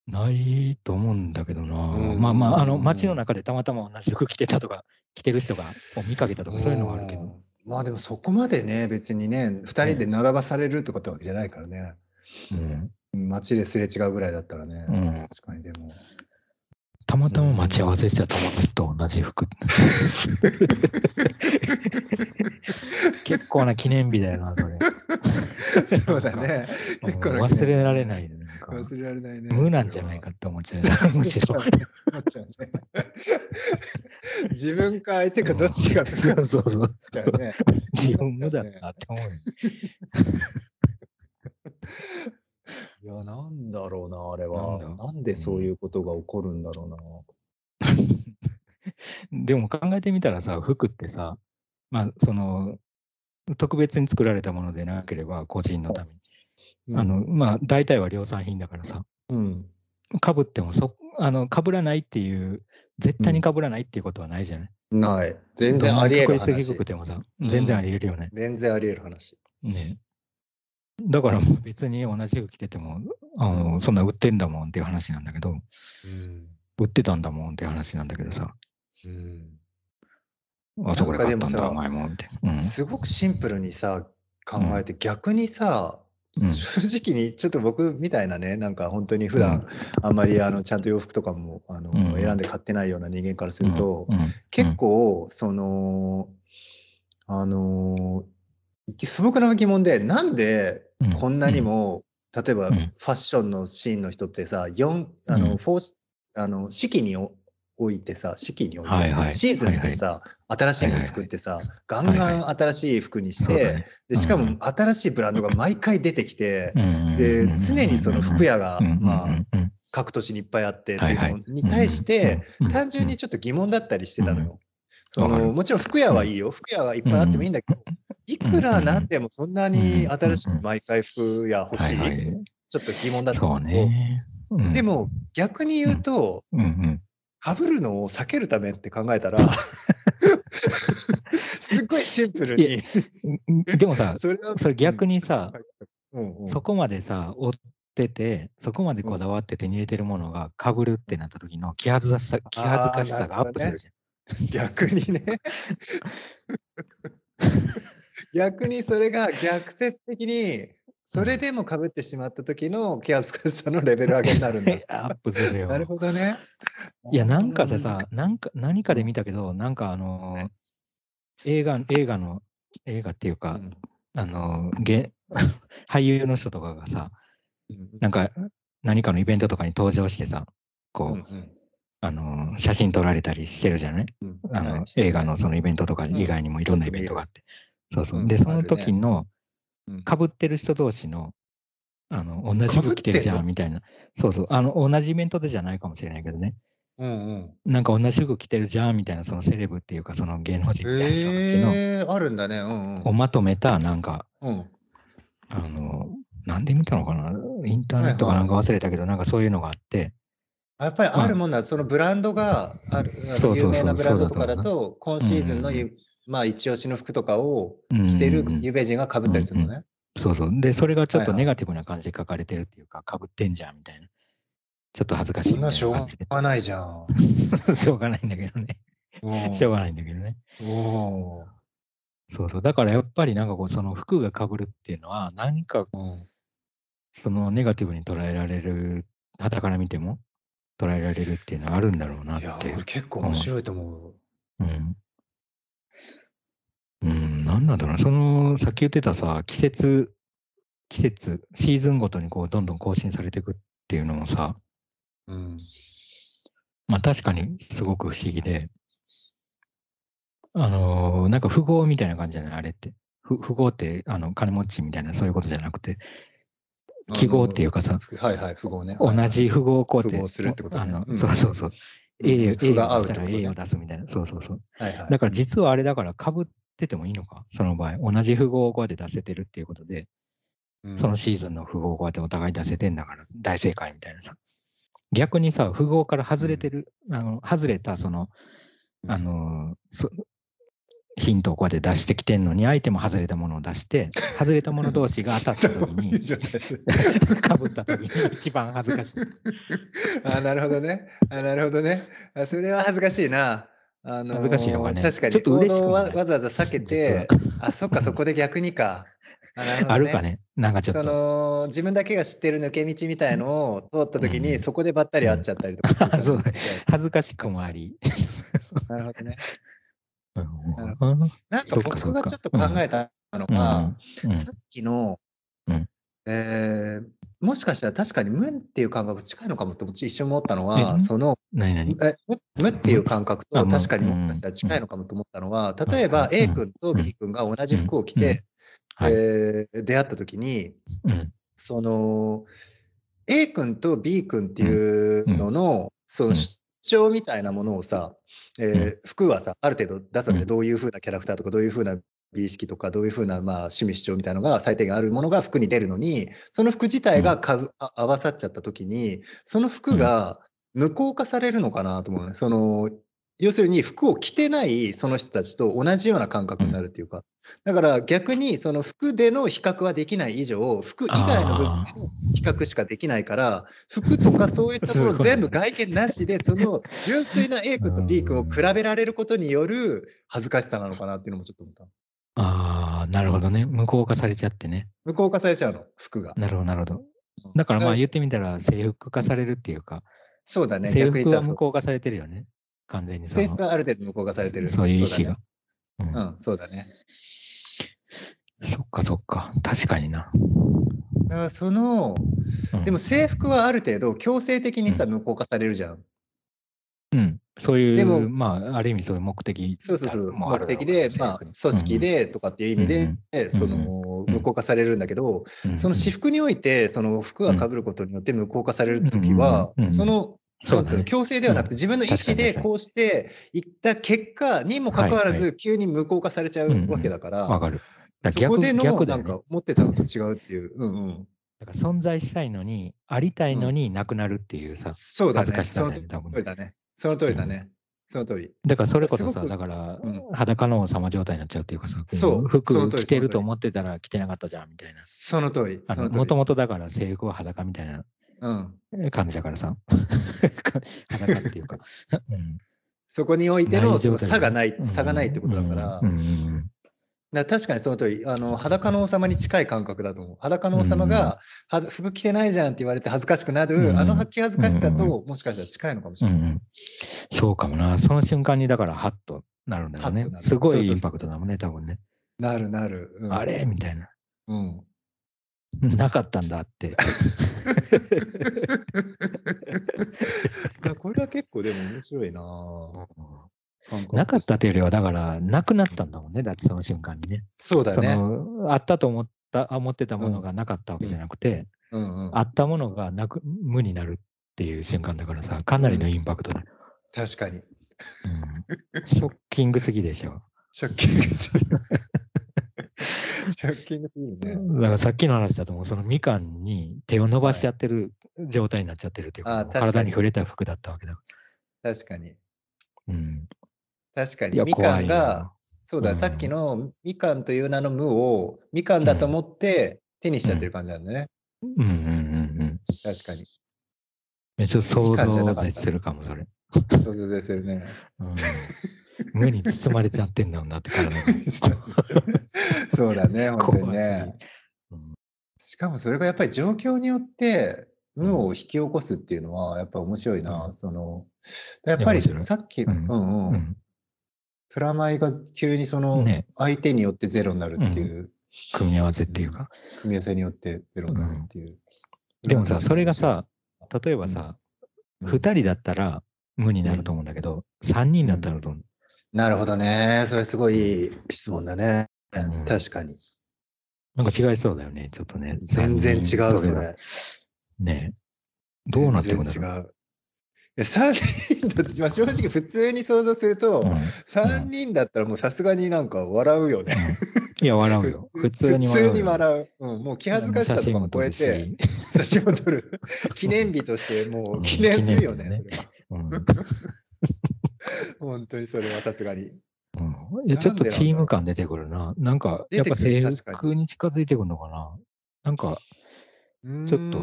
Speaker 2: ないと思うんだけどな。
Speaker 1: うん
Speaker 2: まあまあ、あの、
Speaker 1: うん
Speaker 2: 街の中でたまたま同じ服着てたとか、着てる人がを見かけたとか、そういうのはあるけ
Speaker 1: う
Speaker 2: ど。
Speaker 1: んまあでもそこまでね別にね2人で並ばされるってことわけじゃないからね
Speaker 2: うん。
Speaker 1: 街ですれ違うぐらいだったらね、
Speaker 2: うん
Speaker 1: 確かにでも
Speaker 2: たまたま待ち合わせした友達と同 じ服。結構な記念日だよな、それ。
Speaker 1: そうだね結構
Speaker 2: うん忘れられないよねなんか
Speaker 1: 忘れられないね
Speaker 2: 無なんじゃないかって思っちゃう。むしろ。
Speaker 1: 思っちゃうね 自分か相手かどっちか
Speaker 2: そ
Speaker 1: っ
Speaker 2: うそうそう。
Speaker 1: ちゃうね
Speaker 2: 自分無だなって思うよ。
Speaker 1: いやなんだろうなあれは
Speaker 2: なんだ
Speaker 1: なんでそういうことが起こるんだろうな
Speaker 2: でも考えてみたらさ、服ってさ、まあ、その、特別に作られたものでなければ、個人のために。
Speaker 1: うん
Speaker 2: あの、まあ、大体は量産品だからさ、
Speaker 1: うん
Speaker 2: かぶってもそ、あの、かぶらないっていう、絶対にかぶらないっていうことはないじゃない。
Speaker 1: ない全然ありえる
Speaker 2: 確率
Speaker 1: 話
Speaker 2: 低くてもさ、全然ありえるよね。
Speaker 1: 全然ありえる話
Speaker 2: ねだからもう別に同じ服着てても、あの、そんな売ってんだもんっていう話なんだけど、
Speaker 1: うん
Speaker 2: 売ってたんだもんって話なんだけどさ、
Speaker 1: うん
Speaker 2: あそこで買ったん
Speaker 1: なんかでも
Speaker 2: だ、
Speaker 1: さ
Speaker 2: お前も、みたいな。うん
Speaker 1: すごくシンプルにさ考えて、逆にさ、
Speaker 2: うん
Speaker 1: 正直にちょっと僕みたいなねなんか本当に普段あんまりあのちゃんと洋服とかもあの、
Speaker 2: うん
Speaker 1: 選んで買ってないような人間からすると、
Speaker 2: うん
Speaker 1: 結構そのあの素朴な疑問でなんでこんなに、も、例えば
Speaker 2: う
Speaker 1: フ
Speaker 2: ん
Speaker 1: ァッションのシーンの人ってさ4あ
Speaker 2: うん
Speaker 1: の、フォースあの四季にお置いてさ四季に置いて、
Speaker 2: はいはい
Speaker 1: シーズンってさ、新しいの作ってさ、ガンガン新しい服にして、でしか
Speaker 2: うん
Speaker 1: も新しいブランドが毎回出てきて、
Speaker 2: で
Speaker 1: で常にその服
Speaker 2: 屋
Speaker 1: 屋が、まあ、各年にいっぱいあってっていうのに対して、、
Speaker 2: うん
Speaker 1: 単純に、ちょっと疑問だったりしてたのよ。
Speaker 2: う
Speaker 1: そ
Speaker 2: わかる
Speaker 1: のもちろん服屋はいいよ服屋はいっぱいあってもいいんだけど、いくらなんでもそんなに新しく毎回服屋欲しい、
Speaker 2: うんうんうんうんはいはい
Speaker 1: ちょっと疑問だった
Speaker 2: そう
Speaker 1: のよ
Speaker 2: ね。うん
Speaker 1: で、も逆に言うと、
Speaker 2: うんうん
Speaker 1: 被るのを避けるためって考えたら すっごいシンプル
Speaker 2: い
Speaker 1: に
Speaker 2: うんでもさ、
Speaker 1: それは
Speaker 2: それ逆にさ、
Speaker 1: うんうん
Speaker 2: そこまでさ、追ってて、そこまでこだわって手に入れてるものがかぶるってなった時の気恥ずかしさ気恥ずかしさがアップするじゃん。
Speaker 1: 逆にね。逆にそれが逆説的に、それでも被ってしまった時の気恥ずかしさのレベル上げになるんだ。
Speaker 2: アップするよ。
Speaker 1: なるほどね。
Speaker 2: いや、なんかでさ、なんか、何かで見たけど、なんかあのー映画、映画の、映画っていう
Speaker 1: う
Speaker 2: か、
Speaker 1: ん、
Speaker 2: あのーげ 俳優の人とかがさ、なん
Speaker 1: か、
Speaker 2: か、何かのイベントとかに登場してさ、こう、あのー写真撮られたりしてるじゃない
Speaker 1: うん
Speaker 2: あの、
Speaker 1: はい
Speaker 2: 映画のそのイベントとか以外にもいろんなイベントがあって。そうそう。で、
Speaker 1: うん
Speaker 2: その時の
Speaker 1: うん、
Speaker 2: 被ってる人同士の、あの、同じ服着てる
Speaker 1: 被
Speaker 2: じ
Speaker 1: ってん
Speaker 2: ゃ
Speaker 1: の
Speaker 2: んみたいな。そうそう。あの、同じイベントでじゃないかもしれないけどね。
Speaker 1: うんうん。
Speaker 2: なんか同じ服着てるじゃんみたいな、そのセレブっていうか、その芸能人みたいな人たちの、
Speaker 1: えー、あるんだね。うんうん
Speaker 2: をまとめた、なんか、
Speaker 1: うん。
Speaker 2: あの、なんで見たのかなインターネットかなんか忘れたけど、なんかそういうのがあって、
Speaker 1: やっぱりあるもんだ、そのブランドがある、あ
Speaker 2: そ
Speaker 1: の
Speaker 2: う
Speaker 1: 有
Speaker 2: そうそう
Speaker 1: 名なブランドとかだ
Speaker 2: そ
Speaker 1: と、今シーズンの
Speaker 2: う
Speaker 1: ゆ、まあ、一押しの服とかを
Speaker 2: うん
Speaker 1: 着てる
Speaker 2: うんうん
Speaker 1: 有名人が被ったりするのね。
Speaker 2: そうそう。で、それがちょっ
Speaker 1: はい
Speaker 2: と
Speaker 1: はい
Speaker 2: ネガティブな感じで書かれてるっていうか、かぶってんじゃんみたいな。ちょっと恥ずかしい
Speaker 1: そん
Speaker 2: みたい
Speaker 1: なし
Speaker 2: な
Speaker 1: ょ
Speaker 2: 感じで
Speaker 1: う。がないじゃ ん。
Speaker 2: しょうがないんだけどね。しょうがないんだけどね。
Speaker 1: お
Speaker 2: そうそう。だからやっぱりなんかこう、その服が被るっていうのは、何か
Speaker 1: ーうん
Speaker 2: そのネガティブに捉えられる、傍から見ても捉えられるっていうのはあるんだろうなっ
Speaker 1: い
Speaker 2: て
Speaker 1: や、
Speaker 2: いう
Speaker 1: 俺。結構面白いと思う。
Speaker 2: うん。うん、なんなんだろうな。その、さっき言ってたさ、季節、季節、シーズンごとにこう、どんどん更新されていくっていうのもさ、
Speaker 1: うん。
Speaker 2: まあ確かにすごく不思議で、あのーなんか富豪みたいな感じじゃないあれって。ふ富豪って、あの、金持ちみたいなそういうことじゃなくて、記号っていうかさ、
Speaker 1: ふはいはい、符号ね。
Speaker 2: 同じ富豪をこうや
Speaker 1: 富豪するってことね
Speaker 2: あの、
Speaker 1: うん
Speaker 2: そうそうそう。
Speaker 1: うん
Speaker 2: 栄誉、
Speaker 1: 符
Speaker 2: 栄
Speaker 1: が合う
Speaker 2: 誉
Speaker 1: っ
Speaker 2: して
Speaker 1: こと
Speaker 2: たら
Speaker 1: ね
Speaker 2: 栄誉を出すみたいな。そうそうそう。
Speaker 1: はいはい。
Speaker 2: だから実はあれだから被っててもいいのかその場合。同じ富豪をこうやって出せてるっていうことで、
Speaker 1: うん
Speaker 2: そのシーズンの富豪をこうやってお互い出せてんだから大正解みたいなさ。逆にさ、富豪から外れてる、あの、外れたその、あ、のーそヒントをこうやって出してきてんのに、相手も外れたものを出して、外れたもの同士が当たった時
Speaker 1: どういう
Speaker 2: に、
Speaker 1: 状態です
Speaker 2: かぶった時に一番恥ずかしい。
Speaker 1: あなるほどね。あなるほどね。あそれは恥ずかしいな。あのー
Speaker 2: 恥ずかしいのがね
Speaker 1: 確かに
Speaker 2: ちょっと嬉しくも
Speaker 1: 行動
Speaker 2: ない
Speaker 1: はわざわざ避けて、あ、そっか、そこで逆にか。あなるほど
Speaker 2: あるかね、なんかちょっ
Speaker 1: そ
Speaker 2: と。
Speaker 1: の自分だけが知ってる抜け道みたいのを通った時に、
Speaker 2: うん
Speaker 1: そこでばったり会っちゃったりとかするから、
Speaker 2: そうだね恥ずかしくもあり。
Speaker 1: なるほどね。
Speaker 2: うん
Speaker 1: る
Speaker 2: うん
Speaker 1: なんか
Speaker 2: そっかそ
Speaker 1: 僕が
Speaker 2: っか
Speaker 1: ちょっと考えたのが、さっきの、
Speaker 2: うん
Speaker 1: えーもしかしたら確かに無っていう感覚近いのかもって一瞬思ったの
Speaker 2: え
Speaker 1: は、
Speaker 2: ん
Speaker 1: その
Speaker 2: 何何
Speaker 1: え無無っていう感覚
Speaker 2: あ
Speaker 1: と
Speaker 2: 無
Speaker 1: 確かにもしかしたら近いのかもと思ったのは、例えば
Speaker 2: うん
Speaker 1: A 君と B 君が同じ服を着て、
Speaker 2: うんはい
Speaker 1: えー出会った時に、
Speaker 2: うん
Speaker 1: その A 君と B 君っていうのの、その
Speaker 2: うん
Speaker 1: 主張みたいなものをさ、えー服はさある程度出すわけで、
Speaker 2: うん
Speaker 1: どういうふうなキャラクターとかどういうふうな美意識とかどういうふうなまあ趣味主張みたいなのが最低限あるものが服に出るのにその服自体がかぶ、あ合わさっちゃった時にその服が無効化されるのかなと思うのね。その要するに服を着てないその人たちと同じような感覚になるっていうか、だから逆にその服での比較はできない以上服以外の部分での比較しかできないから服とかそういったもの全部外見なしでそ の純粋な A 君と B 君を比べられることによる恥ずかしさなのかなっていうのもちょっと思った
Speaker 2: ああ、なるほどね。無効化されちゃってね。
Speaker 1: 無効化されちゃうの服が
Speaker 2: なるほど、なるほど。だからまあ言ってみたら制服化されるっていうか、
Speaker 1: そうだね
Speaker 2: 制
Speaker 1: 逆に
Speaker 2: 服
Speaker 1: 言
Speaker 2: は
Speaker 1: ったら
Speaker 2: 無効化されてるよね。完全にそ
Speaker 1: 制服
Speaker 2: の、
Speaker 1: がある程度無効化されてる
Speaker 2: そういう意思
Speaker 1: そうだ
Speaker 2: が。
Speaker 1: ねうんそうだね
Speaker 2: うんそっかそっか。確かにな。
Speaker 1: だからその
Speaker 2: うん
Speaker 1: でも制服はある程度強制的にさ無効化されるじゃん
Speaker 2: うん、そういう、
Speaker 1: でも
Speaker 2: まあ、ある意味そういう目的
Speaker 1: そうそうそう
Speaker 2: もあ
Speaker 1: 目
Speaker 2: るだろ
Speaker 1: 的
Speaker 2: うから
Speaker 1: で、まあ、組織、でとかっていう意味
Speaker 2: う
Speaker 1: で
Speaker 2: ん、
Speaker 1: その
Speaker 2: う
Speaker 1: 無効化されるんだけど、
Speaker 2: 制服に
Speaker 1: その私服においてその服が被ることによって無効化されるときは、
Speaker 2: うんうん
Speaker 1: その
Speaker 2: そ
Speaker 1: な
Speaker 2: うだね
Speaker 1: んつうの強制ではなくて
Speaker 2: う
Speaker 1: 自分の意思でこうしていった結果にもかかわら
Speaker 2: はいは
Speaker 1: ず急に無効化されちゃうわけだか
Speaker 2: うんわ
Speaker 1: ら、
Speaker 2: かる。だ
Speaker 1: そ
Speaker 2: から
Speaker 1: こでの
Speaker 2: 逆だ
Speaker 1: な
Speaker 2: よ
Speaker 1: ん
Speaker 2: ね
Speaker 1: か思ってたのと違うっていう、うんうん、
Speaker 2: だから存在したいのに、ありたいのになくなるっていうさ、
Speaker 1: そうだ
Speaker 2: 恥ず
Speaker 1: ね
Speaker 2: かし
Speaker 1: そ
Speaker 2: さ
Speaker 1: の
Speaker 2: だ
Speaker 1: 通
Speaker 2: よね、多分
Speaker 1: りだねその通りだねその通り
Speaker 2: だからそれこそ
Speaker 1: す
Speaker 2: さ、
Speaker 1: ごく
Speaker 2: だから
Speaker 1: うん、
Speaker 2: 裸の王様状態になっちゃうっていうかさ、こ
Speaker 1: そうその
Speaker 2: 服
Speaker 1: 通り
Speaker 2: 着てると思ってたら着てなかったじゃんみたいな。
Speaker 1: その通り
Speaker 2: あ
Speaker 1: その
Speaker 2: の
Speaker 1: 通り
Speaker 2: もともとだから制服は裸みたいな
Speaker 1: うん
Speaker 2: 感じだからさ、裸っていうか、うん
Speaker 1: そこにおいて
Speaker 2: な
Speaker 1: の
Speaker 2: い状態
Speaker 1: その差がない、
Speaker 2: うん
Speaker 1: 差がないってことだから、
Speaker 2: うんうん
Speaker 1: だから確かにその通り、あの、裸の王様に近い感覚だと思う。裸の王様が、は服着てないじゃんって言われて恥ずかしくなる、
Speaker 2: うん
Speaker 1: あの気恥ずかしさ
Speaker 2: うん
Speaker 1: と、もしかしたら近いのかもし
Speaker 2: うん
Speaker 1: れ
Speaker 2: う
Speaker 1: ない。
Speaker 2: んうんそうかもな。その瞬間にだからハッとなるんだよ
Speaker 1: ハッ
Speaker 2: ね
Speaker 1: と。なる
Speaker 2: すご
Speaker 1: そう
Speaker 2: い
Speaker 1: そうそう
Speaker 2: インパクトだもんね、多分ね。
Speaker 1: なるなる。うん
Speaker 2: あれみたいな。
Speaker 1: うん。
Speaker 2: なかったん だって。
Speaker 1: いやこれは結構でも面白いなぁ感覚として
Speaker 2: なかったというよりは、だから、なくなったんだもんね。だってその瞬間にね。
Speaker 1: そうだ
Speaker 2: そ
Speaker 1: ね。
Speaker 2: のあったと思った、あ思ってたものがなかったわけじゃなくて、
Speaker 1: うんうん
Speaker 2: あったものがなく無になるっていう瞬間だからさ、かなりのインパクトだ。
Speaker 1: 確かに。
Speaker 2: うんショッキングすぎでしょ。
Speaker 1: ショッキング すぎる。ショッキングすぎるね。
Speaker 2: だからさっきの話だともうそのみかんに手を伸ばしちゃってる状態になっちゃってるっていう
Speaker 1: あ
Speaker 2: か、
Speaker 1: ー確かに
Speaker 2: 体に触れた服だったわけだか
Speaker 1: 確かに。
Speaker 2: ら。うん、
Speaker 1: 確か
Speaker 2: い
Speaker 1: に。
Speaker 2: や
Speaker 1: みか
Speaker 2: 怖
Speaker 1: ん
Speaker 2: い
Speaker 1: が
Speaker 2: な、。
Speaker 1: そうだ、
Speaker 2: うん
Speaker 1: さっきのみかんという名の無をみかんだと思って手にしちゃってる感じなんだね。
Speaker 2: うんうんうんうん。
Speaker 1: 確かに。
Speaker 2: めっちゃ想
Speaker 1: みかんじゃな
Speaker 2: 像
Speaker 1: かった
Speaker 2: 絶するかも、それ。
Speaker 1: そうそうですよね。
Speaker 2: うん、無に包まれちゃってんだもんなって体が。
Speaker 1: そうだね、本当に
Speaker 2: 怖
Speaker 1: ね
Speaker 2: す。
Speaker 1: しかもそれがやっぱり状況によって無を引き起こすっていうのはやっぱ面白いな。
Speaker 2: うん
Speaker 1: そのやっぱり
Speaker 2: いや面白い
Speaker 1: さっき、う
Speaker 2: うんん
Speaker 1: うん
Speaker 2: うん
Speaker 1: プラマイが急にその
Speaker 2: ね
Speaker 1: 相手によってゼロになるっていう、
Speaker 2: 組み合わせっていうか。
Speaker 1: 組み合わせによってゼロになるっていう。
Speaker 2: でもさ、
Speaker 1: 確
Speaker 2: そ
Speaker 1: かに
Speaker 2: れ
Speaker 1: 面
Speaker 2: が
Speaker 1: 白い
Speaker 2: さ、例えばさ、
Speaker 1: うん
Speaker 2: 2人だったら無になると思うんだけど、3人だったらどう
Speaker 1: なるほどね。それすごい質問だね。
Speaker 2: うん
Speaker 1: 確かに。
Speaker 2: なんか違いそうだよね、ちょっとね。
Speaker 1: 全然違
Speaker 2: 三
Speaker 1: う、そ
Speaker 2: 人ぞが
Speaker 1: れ。
Speaker 2: ねどうなってくんだ
Speaker 1: 全
Speaker 2: ろう。
Speaker 1: 然違う。いや3人だと、まあ、正直普通に想像すると、
Speaker 2: うん
Speaker 1: 3人だったらもうさすがになんか笑うよね。
Speaker 2: いや、笑 うよ。普通に笑うよ。
Speaker 1: 普通に笑う。うん、もう気恥ずかしさとかも超えて、写真を撮る。記念日としても
Speaker 2: う
Speaker 1: うん記念するよね。
Speaker 2: 記念
Speaker 1: そ
Speaker 2: 日
Speaker 1: れは
Speaker 2: うん
Speaker 1: 本当にそれはさすがに。
Speaker 2: うんいやちょっとチーム感出てくるな。なんか、やっぱ制
Speaker 1: 出てく
Speaker 2: 服に近づいてくるのかな。なんか、
Speaker 1: うーん
Speaker 2: ちょっと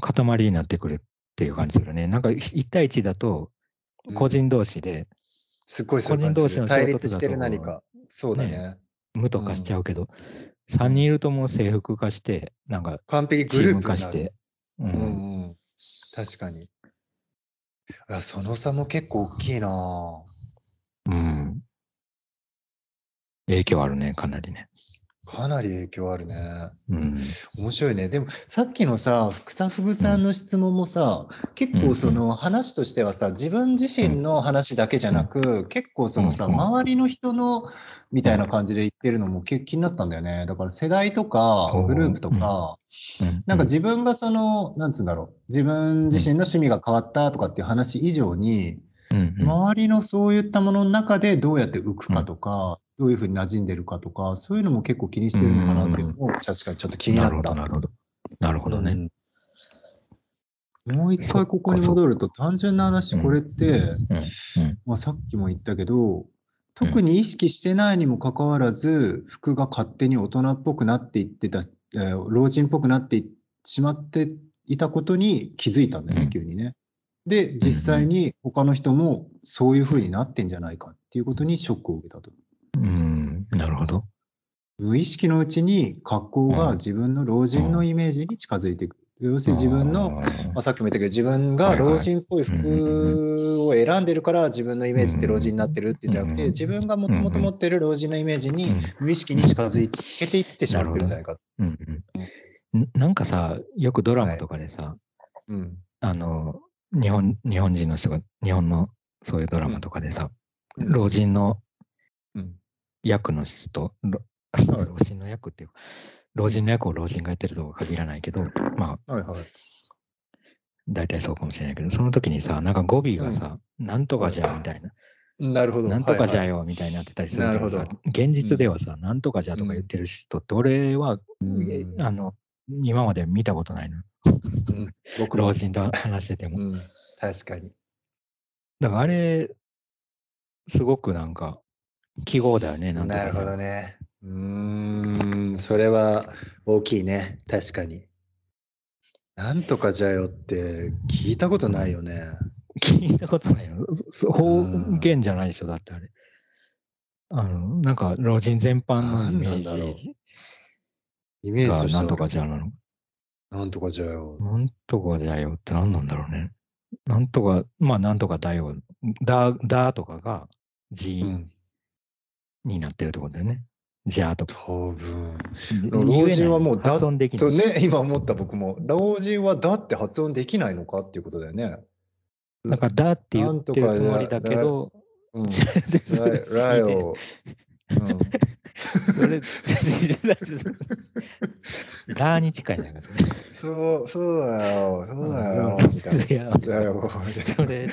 Speaker 2: 塊になってくるっていう感じするね。なんか、1対1だと、個人同士で
Speaker 1: すっごいそういう感じ
Speaker 2: 個
Speaker 1: す
Speaker 2: 人同士
Speaker 1: る
Speaker 2: の衝突だと
Speaker 1: 対立してる何か。そうだね。
Speaker 2: ね無とかしちゃうけど、3人いるともう制服化して、なんか、
Speaker 1: 完璧
Speaker 2: チ
Speaker 1: グル
Speaker 2: ー
Speaker 1: ー
Speaker 2: ム
Speaker 1: プ
Speaker 2: 化
Speaker 1: に
Speaker 2: し
Speaker 1: なる。
Speaker 2: て。う
Speaker 1: うん
Speaker 2: ん
Speaker 1: うん、確かに。あその差も結構大きいなぁ
Speaker 2: うん。影響あるね、かなりね。
Speaker 1: かなり影響あるね。
Speaker 2: うん。
Speaker 1: 面白いね。でもさっきのさ、福さん、ふぐさんの質問もさ、結構その話としてはさ、自分自身の話だけじゃなく、結構そのさ、
Speaker 2: うんうん
Speaker 1: 周りの人のみたいな感じで言ってるのも結構気になったんだよね。だから世代とか
Speaker 2: おー
Speaker 1: グループとか、なんか自分がその、なんつうんだろう、自分自身の趣味が変わったとかっていう話以上に、
Speaker 2: うんうんうん
Speaker 1: 周りのそういったものの中でどうやって浮くかとか、どういうふうに馴染んでるかとか、そういうのも結構気にしてるのかなっていうのも、確かにちょっと気になった。
Speaker 2: なるほど。なるほどなるほどね。
Speaker 1: うんもう一回ここに戻ると、単純な話、
Speaker 2: うん
Speaker 1: これって、
Speaker 2: うんうん
Speaker 1: まあ、さっきも言ったけど、特に意識してないにもかかわらず、服が勝手に大人っぽくなっていってた、えー老人っぽくなってしまっていたことに気づいたんだよね、
Speaker 2: うん
Speaker 1: 急にね。で、実際に他の人もそういう風になってんじゃないかっていうことにショックを受けたと。
Speaker 2: うん。なるほど。
Speaker 1: 無意識のうちに格好が
Speaker 2: うん
Speaker 1: 自分の老人のイメージに近づいていく。要するに自分の、まあ、さっきも言ったけど自分が老人っぽい服を選んでるから自分のイメージって老人になってるってじゃなく
Speaker 2: うん
Speaker 1: て
Speaker 2: うん
Speaker 1: 自分がもともと持ってる老人のイメージ
Speaker 2: う
Speaker 1: に
Speaker 2: ん
Speaker 1: 無意識に近づけていってしまってるんじゃないか。
Speaker 2: うんうんんなんかさ、よくドラマとかでさ、
Speaker 1: うん
Speaker 2: あの、日本、日本人の人が、日本のそういうドラマとかでさ、
Speaker 1: うん
Speaker 2: 老人の
Speaker 1: うん
Speaker 2: 役の人、ろ老人の役っていうか、老人の役を老人がやってるとは限らないけど、まあ、
Speaker 1: はいはい。
Speaker 2: 大体そうかもしれないけど、その時にさ、なんか語尾がさ、なんとかじゃみたいな、
Speaker 1: なるほど。
Speaker 2: なんとかじゃ
Speaker 1: はいはい
Speaker 2: よみたいになってたりするけどさ、
Speaker 1: なるほ
Speaker 2: 現実ではさ、なんとかじゃとか言ってる人って、俺は、
Speaker 1: うん
Speaker 2: あの、今まで見たことないの。
Speaker 1: うん僕も
Speaker 2: 老人と話してても
Speaker 1: う。ん確かに。
Speaker 2: だからあれ、すごくなんか、記号だよね、なんとか
Speaker 1: な
Speaker 2: じ
Speaker 1: る
Speaker 2: ゃ
Speaker 1: ほどね。うーん、それは大きいね。確かに。なんとかじゃよって聞いたことないよね。
Speaker 2: 聞いたことないよ。 そそ
Speaker 1: うん
Speaker 2: 方言じゃないでしょ、だってあれ。あの、なんか、老人全般のイメ
Speaker 1: なんだろ
Speaker 2: ー
Speaker 1: う
Speaker 2: ジ
Speaker 1: イメージ
Speaker 2: が
Speaker 1: として
Speaker 2: な
Speaker 1: は
Speaker 2: んとかじゃなの。
Speaker 1: なんとかじゃよ。
Speaker 2: なんとかだよって何なんだろうね。なんとか、まあなんとかだよ。だ、だとかが
Speaker 1: う
Speaker 2: G
Speaker 1: ん。
Speaker 2: になってるってことだよね。じゃあとか。
Speaker 1: 多分。
Speaker 2: 言えない
Speaker 1: 老人はもうだ
Speaker 2: 発音でき
Speaker 1: そう
Speaker 2: な
Speaker 1: ね、
Speaker 2: い。
Speaker 1: 今思った僕も。老人はだって発音できないのかっていうことだよね。
Speaker 2: なんかだって言ってるつもりだけど、
Speaker 1: うん。
Speaker 2: そ れ
Speaker 1: ラライオ。うん。
Speaker 2: それ、 ラーに近いじゃないですか。
Speaker 1: そう、そうだよ、そうだよ、み たいな。
Speaker 2: いや
Speaker 1: だよ。
Speaker 2: それ、ち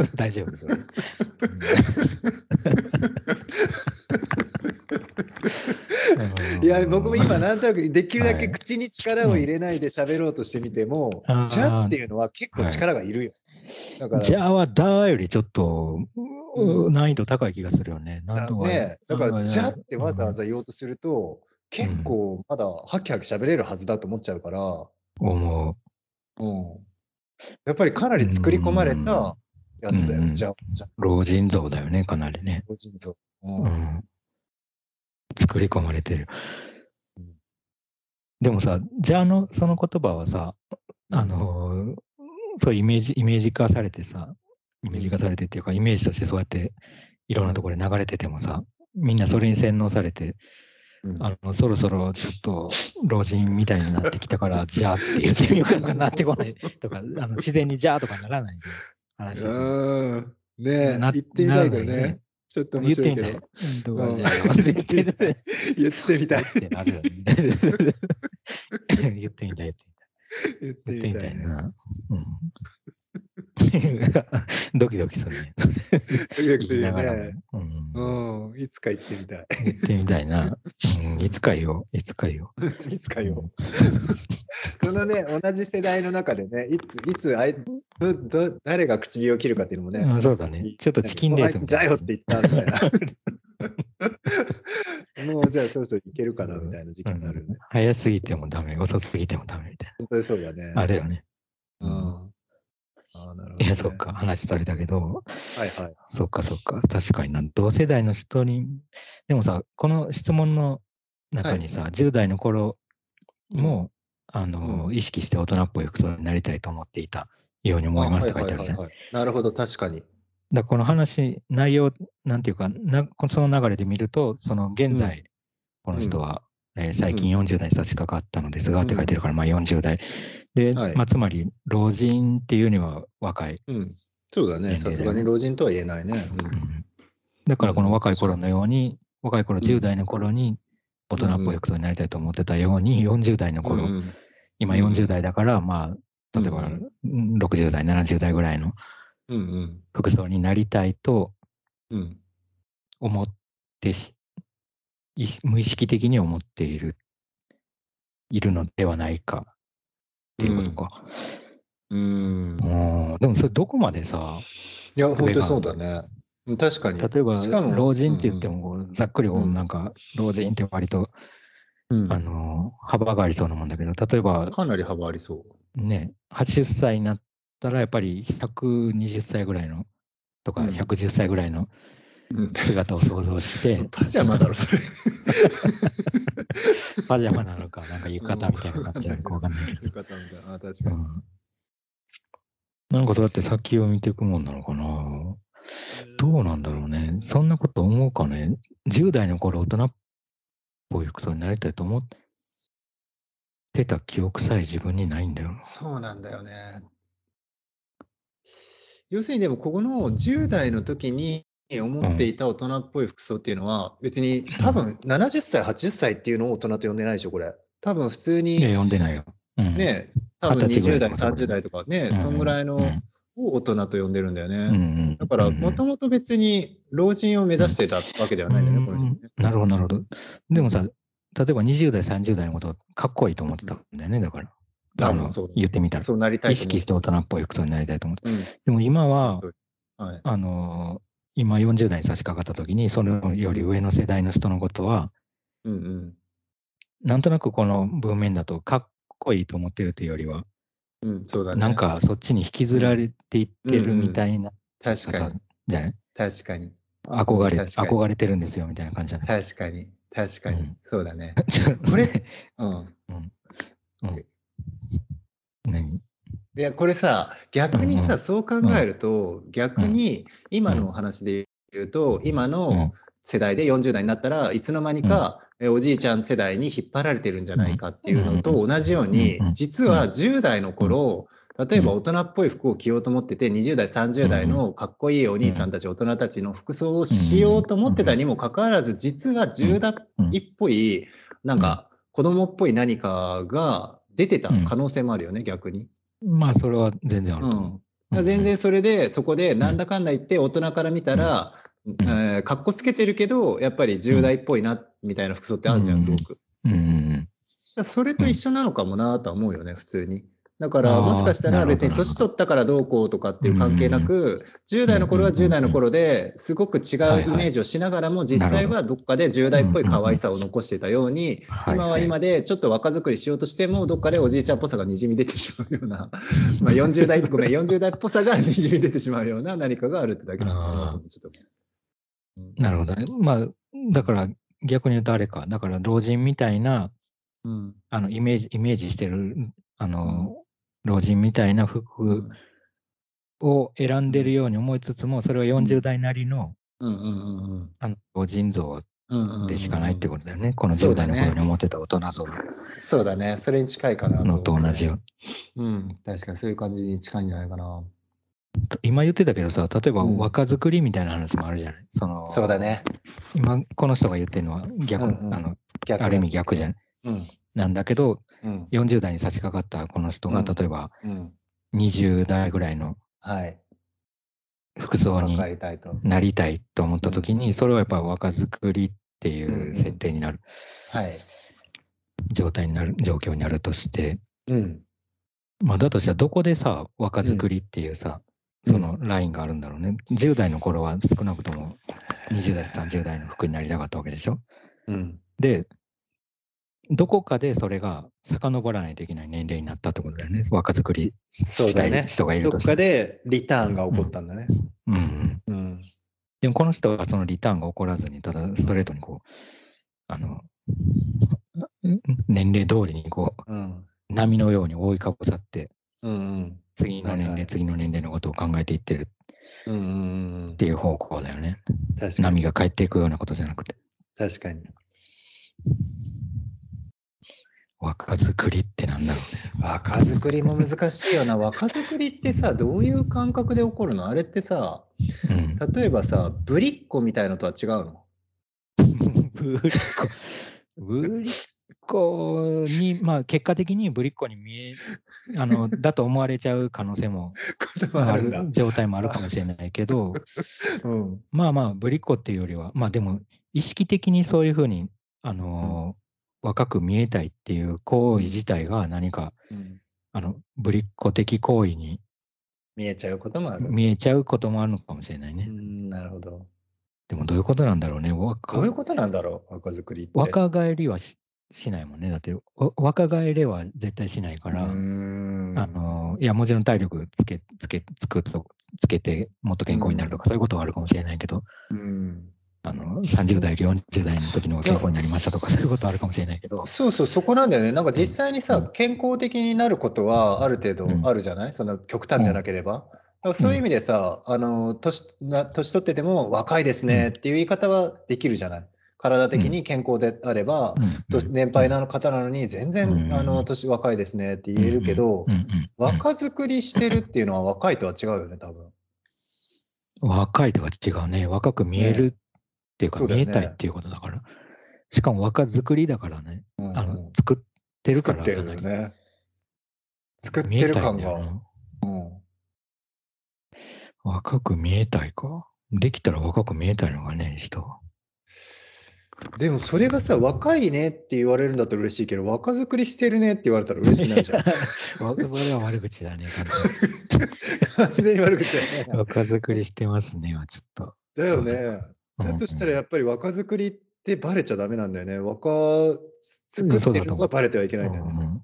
Speaker 2: ょっ と大丈夫、それ。うん
Speaker 1: いや、僕も今、なんとなく、できるだ
Speaker 2: は
Speaker 1: け
Speaker 2: い
Speaker 1: 口に力を入れないで喋ろうとしてみても
Speaker 2: あー、
Speaker 1: じゃっていうのは結構力がいるよ。だから、
Speaker 2: じゃあはだよりちょっと
Speaker 1: う
Speaker 2: 難易度高い気がするよね。なん
Speaker 1: だ
Speaker 2: とか
Speaker 1: ね、だから、じゃってわざわ。
Speaker 2: なんとか
Speaker 1: ざ言おうとすると、結構まだハキハキ喋れるはずだと思っちゃうから、
Speaker 2: うん思う。
Speaker 1: うん。やっぱりかなり作り込まれたやつだ
Speaker 2: うん
Speaker 1: よ。
Speaker 2: うん
Speaker 1: じゃ、じゃ、
Speaker 2: 老人像だよね、かなりね。
Speaker 1: 個人像。
Speaker 2: う
Speaker 1: うん
Speaker 2: ん。作り込まれてる
Speaker 1: うん。
Speaker 2: でもさ、じゃあの、その言葉はさ、あ、のーそうイメージ、イメージ化されてさ、イメージ化されてっていうか、イメージとしてそうやっていろんなところで流れててもさ、みんなそれに洗脳されて、
Speaker 1: うん
Speaker 2: あの、そろそろちょっと老人みたいになってきたから、じゃあって言ってみようかななってこないとか、あの自然にじゃあとかならないで話してて
Speaker 1: うん。ねえ、
Speaker 2: な
Speaker 1: 言ってみたいけど
Speaker 2: ならない
Speaker 1: ね
Speaker 2: ね。
Speaker 1: ちょっと面
Speaker 2: 言っ
Speaker 1: 白い
Speaker 2: て
Speaker 1: け
Speaker 2: みたい。
Speaker 1: ど
Speaker 2: うん。とか
Speaker 1: うん
Speaker 2: じゃあって言って
Speaker 1: 言ってみたい。
Speaker 2: ってなるよね。言ってみたいって。
Speaker 1: 言って
Speaker 2: 言って
Speaker 1: みた
Speaker 2: みた
Speaker 1: い
Speaker 2: い
Speaker 1: ね。
Speaker 2: な。うん ドキドキするね。
Speaker 1: ドキドキする
Speaker 2: 言いな
Speaker 1: よ
Speaker 2: がらも
Speaker 1: ね。
Speaker 2: うん
Speaker 1: うん。いつか行ってみ たい。
Speaker 2: 言ってみたいな。うんいつかよ、いつかよ。
Speaker 1: いつかよ。そのね、同じ世代の中でね、いつ、いつ、あい、ど、ど、誰が唇を切るかっていうのも
Speaker 2: う
Speaker 1: ね。
Speaker 2: んそうだね。ちょっとチキンレースみ
Speaker 1: じゃ
Speaker 2: たい
Speaker 1: よ
Speaker 2: な
Speaker 1: って。言ったみたい な。もうじゃあそろそろいけるかなみたいな時期になるよね。
Speaker 2: 早すぎてもダメ、遅すぎてもダメみたい
Speaker 1: 本当にそうだね。
Speaker 2: な。あれよね。
Speaker 1: うん。ああ、なるほど、
Speaker 2: い
Speaker 1: ね。
Speaker 2: や、そっ。か、話されたけ
Speaker 1: は
Speaker 2: ど、
Speaker 1: いはい。
Speaker 2: そっかそっか、確かにな。同世代の人に、でもさ、この質問の中にさ、10代の頃も、あの、意識して大人っぽい服装になりたいと思っていたように思いますって書いてあるじゃん。
Speaker 1: はいはいはいはいなるほど、確かに。
Speaker 2: だからこの話、内容、なんていうか、なこのその流れで見ると、その現在、この人は、えー最近40代に差し掛かったのですが、って書いてるから、まあ40代。で、
Speaker 1: はい
Speaker 2: まあ、つまり、老人っていうには若い。
Speaker 1: うん。そうだ
Speaker 2: 年齢だよ
Speaker 1: ね。
Speaker 2: ね
Speaker 1: さすがに老人とは言えないね。
Speaker 2: う
Speaker 1: うん
Speaker 2: んだから、この若い頃のように、若い頃、
Speaker 1: うん
Speaker 2: 10代の頃に、大人っぽい服装になりたいと思ってたように、40代の頃、
Speaker 1: うん
Speaker 2: 今
Speaker 1: うん
Speaker 2: 40代だから、まあ、例えば、
Speaker 1: う
Speaker 2: うん60代、70代ぐらいの
Speaker 1: うん
Speaker 2: 服装になりたいと、
Speaker 1: うん。うん
Speaker 2: 思ってし意識無意識的に思っているいるのではないかっていうことか、
Speaker 1: うん。
Speaker 2: うんでもそれどこまでさ
Speaker 1: いや、本当にそうだね。うん確かに。
Speaker 2: 例えば
Speaker 1: しかも
Speaker 2: 老人って言ってもこうざっくりこう
Speaker 1: うん
Speaker 2: なんか老人って割と、
Speaker 1: うんうん
Speaker 2: あの幅がありそうなもんだけど例えば
Speaker 1: かなり幅ありそう。
Speaker 2: ね80歳になったらやっぱり120歳ぐらいのとか
Speaker 1: うん
Speaker 2: 110歳ぐらいの
Speaker 1: うん
Speaker 2: 姿を想像して、
Speaker 1: パジャマだろ、 それ。
Speaker 2: パジャマなのかなんか浴衣みたいな感じなのかわかんないけど
Speaker 1: 浴衣みたいな。あ、確かに。
Speaker 2: なんかそうやって先を見ていくもんなのかなどうなんだろうね。そんなこと思うかね。10代の頃大人っぽい服装になりたいと思ってた記憶さえ自分にないんだよな。
Speaker 1: そうなんだよね。要するにでもここの10代の時に思っていた大人っぽい服装っていうのは別に多分70歳80歳っていうのを大人と呼んでないでしょこれ多分普通
Speaker 2: いや、
Speaker 1: に
Speaker 2: 読んでないよ。うん、
Speaker 1: ね多分
Speaker 2: 20歳ぐ
Speaker 1: 20
Speaker 2: らい
Speaker 1: 代
Speaker 2: とか
Speaker 1: 30代とかね
Speaker 2: うん
Speaker 1: そんぐらいの
Speaker 2: う
Speaker 1: を
Speaker 2: ん
Speaker 1: 大人と呼んでるんだよ
Speaker 2: うんう
Speaker 1: ね
Speaker 2: ん
Speaker 1: だから
Speaker 2: うんうん
Speaker 1: もともと別に老人を目指してたわけではないんだよねこの人ね
Speaker 2: うんなるほど、なるほど。でもさ、例えば20代、30代のことかっこいいと思ってたんだよね、だから。
Speaker 1: だ
Speaker 2: あ
Speaker 1: も
Speaker 2: の
Speaker 1: んそうだ
Speaker 2: 言ってみたら。
Speaker 1: そうなりたい
Speaker 2: 意
Speaker 1: と思う
Speaker 2: 識して大人っぽい服装になりたいと思って。
Speaker 1: うん
Speaker 2: でも今は
Speaker 1: そ、の通りはい
Speaker 2: あのー今40代に差し掛かった時にそれより上の世代の人のことは
Speaker 1: うんうん
Speaker 2: なんとなくこの文面だとかっこいいと思ってるというよりは
Speaker 1: うん、そうだね。
Speaker 2: なんかそっちに引きずられていってるみたいな
Speaker 1: 確か
Speaker 2: 方
Speaker 1: に、
Speaker 2: じゃない
Speaker 1: 確かに、
Speaker 2: 憧れ、
Speaker 1: 確かに
Speaker 2: 憧れてるんですよみたいな感じじゃない
Speaker 1: 確かに、確かに、
Speaker 2: うん
Speaker 1: そうだね。
Speaker 2: ちょっと
Speaker 1: これ
Speaker 2: ね
Speaker 1: うん。
Speaker 2: 何
Speaker 1: いや、これさ、逆に
Speaker 2: うんう
Speaker 1: さ、そう考えると、逆に今のお話で言うと、今の世代で40代になったらいつの間にか、えおじいちゃん世代に引っ張られてるんじゃないかっていうのと同じように、
Speaker 2: うん
Speaker 1: 実は10代の頃、例えば大人っぽい服を着ようと思ってて20代30代のかっこいいお兄さんたち大人たちの服装をしようと思ってたにもかかわらず実は10代っぽいなんか子供っぽい何かが出てた可能性もあるよね逆に。
Speaker 2: まあそれは全然あると思う。
Speaker 1: うん、全然それでそこでなんだかんだ言って大人から見たら、えー、かっこつけてるけどやっぱり10代っぽいなみたいな服装ってあるじゃん
Speaker 2: うん
Speaker 1: すごく。だか
Speaker 2: うんうん
Speaker 1: らそれと一緒なのかもなとは思うよね普通に。だから
Speaker 2: あー
Speaker 1: もしかしたら別に
Speaker 2: なるほど
Speaker 1: 年取ったからどうこうとかっていう関係なく10代の頃は
Speaker 2: うんうんうん
Speaker 1: 10代の頃ですごく違うイ
Speaker 2: はいはい
Speaker 1: メージをしながらも実際はどっかで10代っぽい可愛さを残してたように
Speaker 2: はい
Speaker 1: 今は今でちょっと若作りしようとしてもどっかでおじいちゃんっぽさがにじみ出てしまうよう なまあ40代ごめん40代っぽさがにじみ出てしまうような何かがあるってだけなのかなと思うちょっと。うん
Speaker 2: なるほどね。まあだから逆に言うとあれか、だから老人みたいな
Speaker 1: うん
Speaker 2: あのイメージイメージしてるあの、老人みたいな服を選んでるように思いつつも、それは40代なりの
Speaker 1: うんうんうんうん
Speaker 2: あの老人像
Speaker 1: うんうんうん
Speaker 2: でしかないってことだよね。この
Speaker 1: そう
Speaker 2: 10
Speaker 1: だ
Speaker 2: 代
Speaker 1: ね
Speaker 2: の頃に思ってた大人像
Speaker 1: そうだねそれに近いかなと思
Speaker 2: の
Speaker 1: う
Speaker 2: と同じように。
Speaker 1: うん、確かにそういう感じに近いんじゃないかな。
Speaker 2: 今言ってたけどさ、例えば
Speaker 1: うん
Speaker 2: 若作りみたいな話もあるじゃない。その
Speaker 1: そうだね。
Speaker 2: 今この人が言ってるのは逆、
Speaker 1: うんうん
Speaker 2: あの
Speaker 1: 逆だ
Speaker 2: ある意味逆じゃん。
Speaker 1: うん。
Speaker 2: なんだけど
Speaker 1: うん。
Speaker 2: 40代に差し掛かったこの人が、
Speaker 1: うん
Speaker 2: 例えば
Speaker 1: うん。
Speaker 2: 20代ぐらいの
Speaker 1: はい。
Speaker 2: 服装
Speaker 1: わ
Speaker 2: に
Speaker 1: かりたいと。
Speaker 2: なりたいと思った時に、それはやっぱ若作りって
Speaker 1: うんう
Speaker 2: い
Speaker 1: ん
Speaker 2: う設定になる
Speaker 1: はい。
Speaker 2: 状態になる状況になるとして、
Speaker 1: うん。
Speaker 2: まあ、だとしたらどこでさ若作りっていうさ、
Speaker 1: うん
Speaker 2: そのラインがあるんだろうね10代の頃は少なくとも20代30代の服になりたかったわけでしょ
Speaker 1: うん。
Speaker 2: でどこかでそれが遡らないといけない年齢になったってことだよね若作り
Speaker 1: そう
Speaker 2: した
Speaker 1: だ
Speaker 2: い
Speaker 1: ね。
Speaker 2: 人がい
Speaker 1: ど
Speaker 2: る
Speaker 1: っ
Speaker 2: として
Speaker 1: かでリターンが起こったんだね。
Speaker 2: うんうん、
Speaker 1: うん。
Speaker 2: でもこの人はそのリターンが起こらずに、ただストレートにこう、あの、ん年齢通りにこう、
Speaker 1: うん。
Speaker 2: 波のように覆いかぶさって、
Speaker 1: うんうん。
Speaker 2: 次の年齢、
Speaker 1: はいはい
Speaker 2: 次の年齢のことを考えていってるっ
Speaker 1: うんうんうん
Speaker 2: ていう方向だよね。
Speaker 1: 確かに。
Speaker 2: 波が返っていくようなことじゃなくて、
Speaker 1: 確かに。
Speaker 2: 若作りってなんだろ
Speaker 1: 若作りも難しいよな。若作りってさ、どういう感覚で起こるのあれってさ、
Speaker 2: うね。
Speaker 1: 例えばさ、ぶりっ子みたいのとは違うの
Speaker 2: うん。ぶりっ子。ぶりっ子に、まあ結果的にぶりっ子に見え、 あの、だと思われちゃう可能性も
Speaker 1: こともあ
Speaker 2: あ
Speaker 1: るんだ
Speaker 2: る。状態もあるかもしれないけど、
Speaker 1: うん。
Speaker 2: まあまあ、ぶりっ子っていうよりは、まあでも、意識的にそういうふうに、あのー若く見えたいっていう行為自体が何か、
Speaker 1: うん
Speaker 2: あの、ぶりっ子的行為に
Speaker 1: 見えちゃうこともある。
Speaker 2: 見えちゃうこともあるのかもしれないうね。
Speaker 1: ん、なるほど。
Speaker 2: でも、どういうことなんだろうね。若
Speaker 1: どういうことなんだろう若作りって。
Speaker 2: 若返りはししないもんね。だって、わ若返れは絶対しないから、
Speaker 1: うーん
Speaker 2: あのーいや、もちろん体力つけ、つけ、つくと、つけて、もっと健康になるとか、そういうことはあるかもしれないけど、
Speaker 1: うん
Speaker 2: あの、30代より40代の時の方が健康になりましたとか、そういうことはあるかもしれないけど、
Speaker 1: そうそうそこなんだよねなんか実際にさ、
Speaker 2: うん
Speaker 1: 健康的になることはある程度あるじゃない、その極端じゃなければ。だからそういう意味でさ、あの年な年取ってても若いですねっていう言い方はできるじゃない。体的に健康であれば、と年配な方なのに全然、
Speaker 2: うん
Speaker 1: あの年若いですねって言えるけど、
Speaker 2: うんうん
Speaker 1: 若作りしてるっていうのは若いとは違うよね多分。
Speaker 2: うん若いとは違うね。若く見えるっていうか、
Speaker 1: そうだよ
Speaker 2: 見
Speaker 1: ね
Speaker 2: えたいっていうことだから。しかも若作りだからね。
Speaker 1: うん
Speaker 2: あの作ってるか
Speaker 1: 作
Speaker 2: ら
Speaker 1: ってるよね。作ってる感が。
Speaker 2: 見えたいんだよ
Speaker 1: うん
Speaker 2: な若く見えたいか。できたら若く見えたいのがね、人は。
Speaker 1: でもそれがさ、若いねって言われるんだったら嬉しいけど、若作りしてるねって言われたら嬉しくないじ ゃん。
Speaker 2: わそれは悪口 だね。完
Speaker 1: 完全に悪口だ
Speaker 2: 全に
Speaker 1: ね。
Speaker 2: 若作りしてますねはちょっと。
Speaker 1: だよね。
Speaker 2: うん
Speaker 1: だとしたらやっぱり若作りってバレちゃダメなんだよね。若作ってるのがバレてはいけないんだよ
Speaker 2: う
Speaker 1: ね。
Speaker 2: ん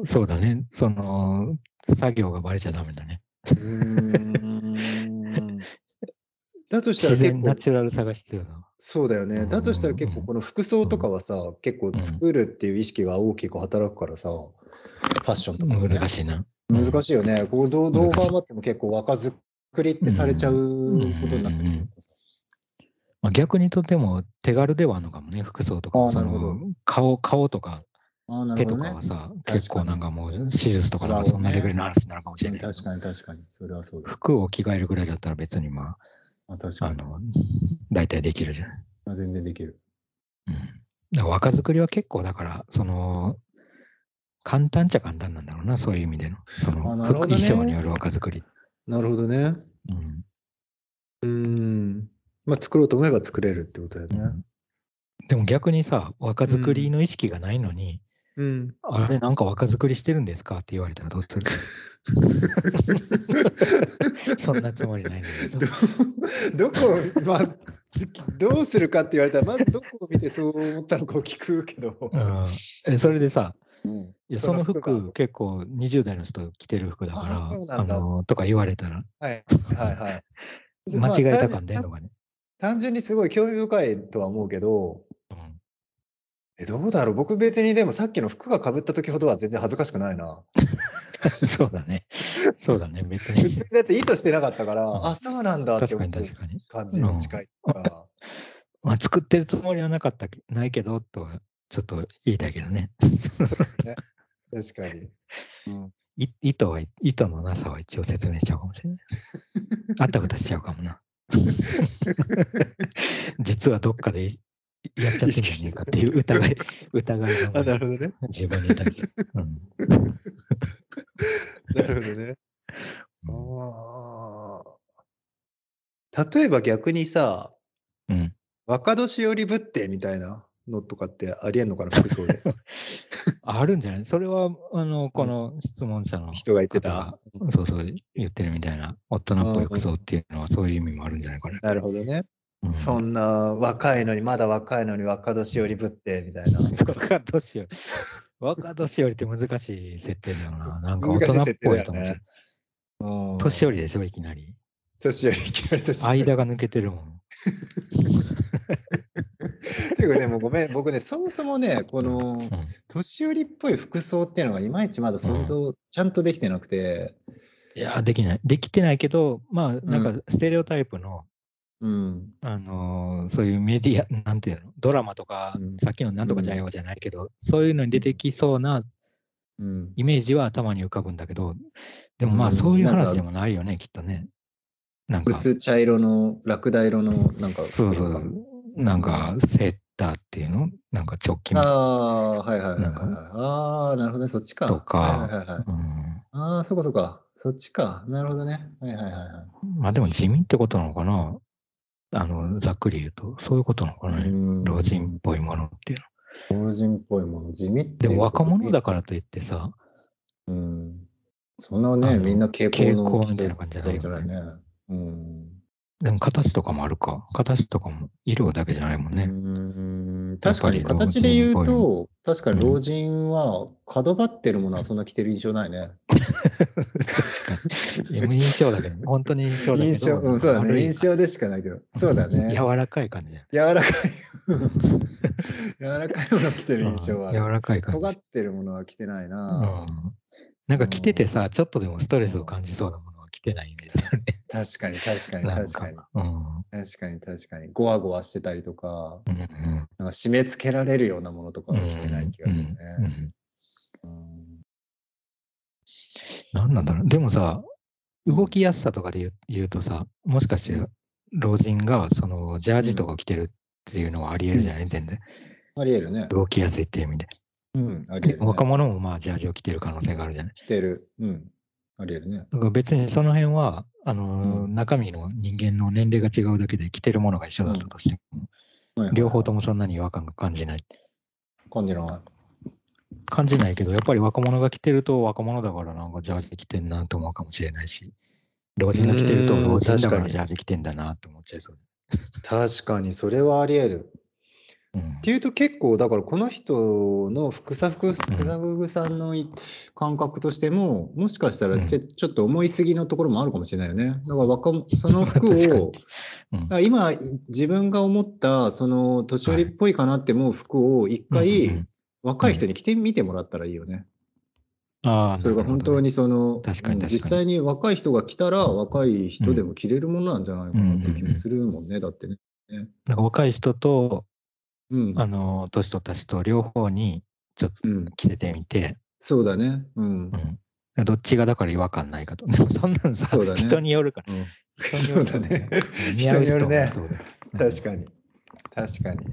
Speaker 2: うんそうだね。その、作業がバレちゃダメだね。
Speaker 1: うーんだとしたら
Speaker 2: 自
Speaker 1: 結
Speaker 2: 然
Speaker 1: 構
Speaker 2: ナ、チュラルさが必要だわ。
Speaker 1: そうだよ
Speaker 2: うんうんう
Speaker 1: ね。
Speaker 2: ん
Speaker 1: だとしたら結構この服装とかはさ、結構作るっていう意識が大きく働くからさ、ファッションとかもね
Speaker 2: 難。しいな。
Speaker 1: 難しいよね。こうどう動
Speaker 2: 難
Speaker 1: 画
Speaker 2: しい
Speaker 1: 余っても結構若作りってされちゃうことになったりするからさ。
Speaker 2: まあ、逆にとても手軽ではあるのかもね、服装とか
Speaker 1: あ
Speaker 2: も。
Speaker 1: ー
Speaker 2: そ
Speaker 1: なるほ
Speaker 2: の顔顔とか
Speaker 1: ああ、なる
Speaker 2: 手
Speaker 1: ほ
Speaker 2: と
Speaker 1: ど
Speaker 2: か
Speaker 1: ね
Speaker 2: は。さ、
Speaker 1: かに
Speaker 2: 結構なんかもう手術とかなんかそんなレベルの話になるかもし
Speaker 1: う
Speaker 2: れ
Speaker 1: ん
Speaker 2: ないけど。
Speaker 1: 確かに確かに。それはそうだ。
Speaker 2: 服を着替えるぐらいだったら別にま
Speaker 1: あ確
Speaker 2: あ、あ
Speaker 1: かに。
Speaker 2: の、大体できるじゃない。
Speaker 1: まあ全然できる。
Speaker 2: うん。だから若作りは結構だから、その、簡単っちゃ簡単なんだろうな、そういう意味での。その、
Speaker 1: あなる
Speaker 2: 服
Speaker 1: ほど
Speaker 2: 衣
Speaker 1: ね
Speaker 2: 装による若作り。
Speaker 1: なるほどね。う
Speaker 2: うん。
Speaker 1: ーん。まあ作ろうと思えば作れるってことだよ
Speaker 2: う
Speaker 1: ね
Speaker 2: ん。でも逆にさ、若作りの意識がないのに、
Speaker 1: うん。
Speaker 2: あれなんか若作りしてるんですかって言われたらどうする そんなつもりないんだけ
Speaker 1: ど
Speaker 2: ど。
Speaker 1: こを、 まあ、どうするかって言われたら、まずどこを見てそう思ったのかを聞くけど。
Speaker 2: うん、えそれでさ、いやその服
Speaker 1: が
Speaker 2: 結構20代の人着てる服だか
Speaker 1: あそう
Speaker 2: ら、
Speaker 1: な
Speaker 2: あ
Speaker 1: んだ
Speaker 2: のとか言われたら、
Speaker 1: はいはいはい。
Speaker 2: 間違えた
Speaker 1: か
Speaker 2: 感出んのがね。
Speaker 1: 単純にすごい興味深いとは思うけど、
Speaker 2: うん
Speaker 1: えどうだろう僕別にでもさっきの服が被った時ほどは全然恥ずかしくないな。
Speaker 2: そうだね。そうだね、別
Speaker 1: 別
Speaker 2: に
Speaker 1: に。だって意図してなかったから、
Speaker 2: ん
Speaker 1: あ、そうなんだって
Speaker 2: 確
Speaker 1: 思
Speaker 2: か
Speaker 1: う
Speaker 2: に確かに。
Speaker 1: 感じに近いとか。
Speaker 2: まあ、作ってるつもりはなかったけないけど、とはちょっと言いたいけどね。
Speaker 1: 確か に。うん
Speaker 2: い意図は、意図のなさは一応説明しちゃうかもしれない。あたふたしちゃうか もな。実はどっかでいやっちゃってんじゃねえかっていう疑い、疑い
Speaker 1: あ、
Speaker 2: が
Speaker 1: なるほどね。
Speaker 2: 自分に対して。うん
Speaker 1: なるほどね。
Speaker 2: うん
Speaker 1: あー例えば逆にさ、
Speaker 2: うん
Speaker 1: 若年寄りぶってみたいなのとかってありえんのかな、服装 で。
Speaker 2: あるんじゃないそれは、あの、この質問者の
Speaker 1: 人が言って
Speaker 2: 方が
Speaker 1: た。
Speaker 2: そうそう言ってるみたいな、大人っぽい服装っていうのはそういう意味もあるんじゃないかね。
Speaker 1: なるほどね。
Speaker 2: うん
Speaker 1: そんな若いのに、まだ若いのに若年寄りぶってみたいな。
Speaker 2: 若年寄り。若年寄りって難しい設定だよな。なんか大
Speaker 1: 難しい
Speaker 2: 人っ
Speaker 1: 設定
Speaker 2: ぽ
Speaker 1: だ
Speaker 2: い
Speaker 1: よ
Speaker 2: と思って
Speaker 1: ね。うん
Speaker 2: 年寄りでしょ、いきなり。
Speaker 1: 年寄り、いきなり年寄り。
Speaker 2: 間が抜けてるもん。
Speaker 1: っていうかね、もうご めん、僕ね、そもそもね、この
Speaker 2: うん
Speaker 1: 年寄りっぽい服装っていうのがいまいちまだ想像、ちゃんとできてなくて。
Speaker 2: いや、できない。できてないけど、まあ、なんかステレオタイプの、
Speaker 1: うん。
Speaker 2: あのーそういうメディア、なんていうの、ドラマとか、
Speaker 1: うん
Speaker 2: さっきのなんとかじゃよじゃないけど、そういうのに出てきそうな
Speaker 1: うん、
Speaker 2: イメージは頭に浮かぶんだけど、でもまあ、
Speaker 1: うん
Speaker 2: そういう
Speaker 1: なんか
Speaker 2: 話でもないよね、きっとね。なんか、そう
Speaker 1: 薄茶色の、ラクダ色の、なんか。
Speaker 2: そうそう、なんか、セーターっていうのなんか、直近
Speaker 1: ああー、はいはいはいは
Speaker 2: ないん
Speaker 1: は
Speaker 2: か
Speaker 1: い。ああー、なるほどね、そっちか。
Speaker 2: とか
Speaker 1: はいはいはいはい、
Speaker 2: うん
Speaker 1: ああ、そこそこか。そっちか。なるほどね。はいはいはいは。
Speaker 2: まあでも地味ってことなのかなあの、ざっくり言うと、そういうことなのかな
Speaker 1: う
Speaker 2: い
Speaker 1: ーん
Speaker 2: 老人っぽいものっていうの。
Speaker 1: 老人っぽいもの、地味って
Speaker 2: で
Speaker 1: いう
Speaker 2: も若者だ
Speaker 1: か
Speaker 2: からといってさ、
Speaker 1: ら。うん。そんな
Speaker 2: あ
Speaker 1: ね、
Speaker 2: の
Speaker 1: みんな傾向の。
Speaker 2: 傾向みたいな感じじゃないよね
Speaker 1: ね。うん。
Speaker 2: でも形とかもあるか。形とかも色だけじゃないもん
Speaker 1: う
Speaker 2: ね。
Speaker 1: ーん
Speaker 2: や
Speaker 1: 確
Speaker 2: っぱ
Speaker 1: か
Speaker 2: り
Speaker 1: に形で言う
Speaker 2: 老人
Speaker 1: と、確かに老人は角張ってるものはそんな着てる印象ないね。
Speaker 2: でも印象だけど、本当に印象だけど。
Speaker 1: 印象、うん、そうだね。印象でしかないけど。そうだね。
Speaker 2: 柔らかい感じだよね
Speaker 1: 柔らかい。 柔らかいもの着てる印象はあ
Speaker 2: 柔
Speaker 1: る。
Speaker 2: らかい感
Speaker 1: 尖っ
Speaker 2: じ。
Speaker 1: てるものは着てないうな。
Speaker 2: ん。なんか着ててさ、ちょっとでもストレスを感じそうなものは着てないイメージだよね。
Speaker 1: 確かに確かに
Speaker 2: なん
Speaker 1: 確
Speaker 2: か
Speaker 1: かに。。
Speaker 2: うん。
Speaker 1: 確かに確かに。ゴワゴワしてたりとか、
Speaker 2: うんうん
Speaker 1: なんか締め付けられるようなものとかは着てない気がするね。
Speaker 2: うんうん
Speaker 1: うん
Speaker 2: なんなんだろう。でもさ、動きやすさとかで言う言うとさ、もしかして老人がそのジャージとか着てるっていうのはありえるじゃない、全然。
Speaker 1: ありえるね。
Speaker 2: 動きやすいっていう意味で。
Speaker 1: うん、ありえる、ね。
Speaker 2: 若者もまあジャージを着てる可能性があるじゃない。
Speaker 1: 着てる。うん、ありえるね。
Speaker 2: だから別にその辺は、あのー
Speaker 1: う
Speaker 2: 中身の人間の年齢が違うだけで着てるものが一緒だったとしても、両方と
Speaker 1: も。
Speaker 2: もそんなに違和感が感じない。
Speaker 1: 感じの。
Speaker 2: 感じないけど、やっぱり若者が着てると若者だからなんかジャージ着てんなと思うかもしれないし、老人が着てると
Speaker 1: うーん
Speaker 2: 老人だ
Speaker 1: 確
Speaker 2: か
Speaker 1: からに
Speaker 2: ジャージ着てんだなって思っちゃいそう。
Speaker 1: 確かに、それはありえる。
Speaker 2: うん
Speaker 1: っていうと結構だからこの人の福さ福草ぐさんのい感覚としてももしかしたらちょちょっと思いすぎのところもあるかもしれないよね。だから若者その服
Speaker 2: 確か
Speaker 1: を
Speaker 2: にうん
Speaker 1: だから今自分が思ったその年寄りっぽいかなって思う服を一
Speaker 2: うんう
Speaker 1: 回
Speaker 2: ん
Speaker 1: 若い人に着てみてもらったらいいよね。
Speaker 2: ああ
Speaker 1: それが本当にその
Speaker 2: 確かに
Speaker 1: うん
Speaker 2: 確かに
Speaker 1: 実際に若い人が着たら若い人でも着れるものなんじゃないかなって気もするもんねだってね。
Speaker 2: なるほどねなんか若い人と、
Speaker 1: うん
Speaker 2: あの、年取った人、両方にちょっと
Speaker 1: うん、
Speaker 2: 着せてみて、
Speaker 1: そうだね。 うん
Speaker 2: う。んどっちがだから違和感ないかと。でもそんなんさ、
Speaker 1: そうだね
Speaker 2: 人によるから。
Speaker 1: うん
Speaker 2: 人によるから。似合う人もそうだ。
Speaker 1: 確かに。確かに。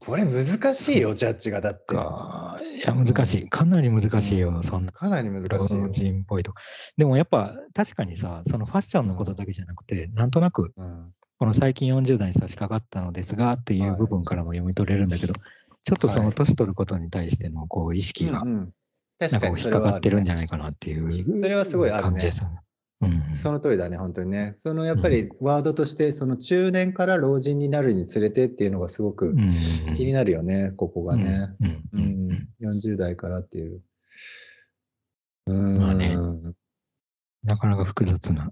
Speaker 1: これ難しいよ、ジャッジが。だって。か
Speaker 2: か。いや、難しい。かなり難しいよ、そんな。
Speaker 1: なり難しい
Speaker 2: 老
Speaker 1: よ。
Speaker 2: 人っぽいとか。でもやっぱ、確かにさ、そのファッションのことだけじゃなくて、なんとなく、
Speaker 1: うん
Speaker 2: この最近40代に差し掛かったのですが、っていう部分からも読み取れるんだけど、ちょっとそ
Speaker 1: は
Speaker 2: の
Speaker 1: い
Speaker 2: 年取ることに対してのこう意識が
Speaker 1: う、ん
Speaker 2: な
Speaker 1: 確
Speaker 2: んか
Speaker 1: かに
Speaker 2: こう引
Speaker 1: それ
Speaker 2: っか
Speaker 1: は
Speaker 2: か
Speaker 1: あ
Speaker 2: って
Speaker 1: る
Speaker 2: るん
Speaker 1: ね
Speaker 2: じゃないかなっていう。
Speaker 1: それはすごいあるね
Speaker 2: 感じですよね。うん。
Speaker 1: その通りだね、本当にね。そのやっぱりワードとして、その中年から老人になるにつれてっていうのがすごく
Speaker 2: うん
Speaker 1: 気になるよね、ここがね。
Speaker 2: うん
Speaker 1: う
Speaker 2: うんうん
Speaker 1: ん、40代からっていう。うん、
Speaker 2: まあねなかなか複雑な。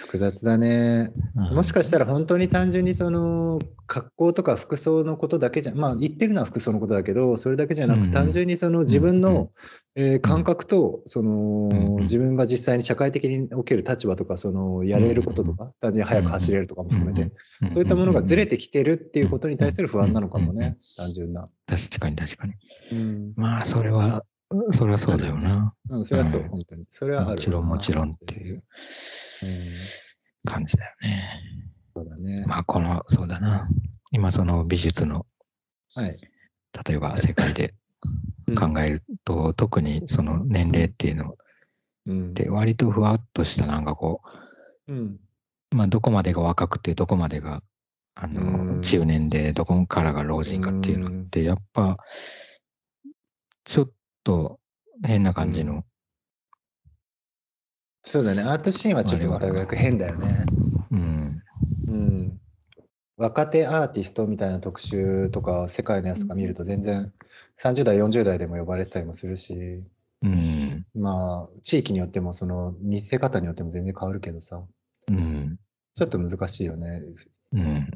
Speaker 1: 複雑だね。もし
Speaker 2: か
Speaker 1: かしたら本当に単純にその格好とか服装のことだけじゃまあ言ってるのは服装のことだけどそれだけじゃな
Speaker 2: うんう
Speaker 1: く
Speaker 2: ん
Speaker 1: 単純にその自分
Speaker 2: うんう
Speaker 1: のえー感覚とそ
Speaker 2: うん
Speaker 1: の
Speaker 2: うん
Speaker 1: 自分が実際に社会的における立場とかそのやれることとか単純に早く走れるとかも含め
Speaker 2: うん
Speaker 1: てそういったものがずれ
Speaker 2: て。
Speaker 1: てきてるっていうことに対する不安なのかもね単純な。
Speaker 2: 確かに確かに。
Speaker 1: うん、
Speaker 2: まあ、それは、それはそうだよな。
Speaker 1: うん、それはそう
Speaker 2: うん
Speaker 1: 本当にそれはある
Speaker 2: もちろんもちろんっていう
Speaker 1: うん
Speaker 2: 感じだよね。
Speaker 1: そうだね。
Speaker 2: まあ、この、そうだな。今、その美術の、
Speaker 1: はい。
Speaker 2: 例えば世界で考えると、特にその年齢っていうのっ
Speaker 1: うん
Speaker 2: て、割とふわっとした、なんかこ
Speaker 1: うん
Speaker 2: う、まあ、どこまでが若くて、どこまでが、あ
Speaker 1: うん
Speaker 2: の、中年で、どこからが老人かっていうのって、やっぱ、ちょっと変な感じの、
Speaker 1: そうだね。アートシーンはちょっとまた逆変だよね。
Speaker 2: うん、
Speaker 1: うん。若手アーティストみたいな特集とか世界のやつとか見ると全然30代40代でも呼ばれてたりもするし
Speaker 2: うん、
Speaker 1: まあ地域によってもその見せ方によっても全然変わるけどさ
Speaker 2: うん、
Speaker 1: ちょっと難しいよね
Speaker 2: うん。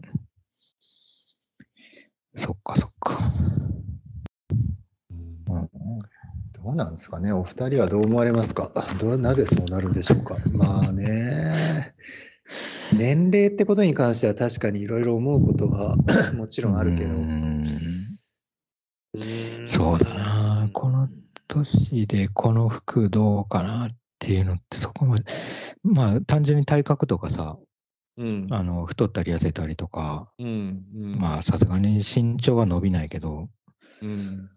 Speaker 2: そっかそっか。うん
Speaker 1: どうなんですかねお二人はどう思われますか どうなぜそうなるんでしょうかまあ ね年齢ってことに関しては確かにいろいろ思うことは もちろんあるけど
Speaker 2: うんそうだな。この年でこの服どうかなっていうのってそこまで、まあ単純に体格とかさ、
Speaker 1: うん
Speaker 2: あの太ったり痩せたりとか、
Speaker 1: うんうん
Speaker 2: まあさすがに身長は伸びないけど、
Speaker 1: うん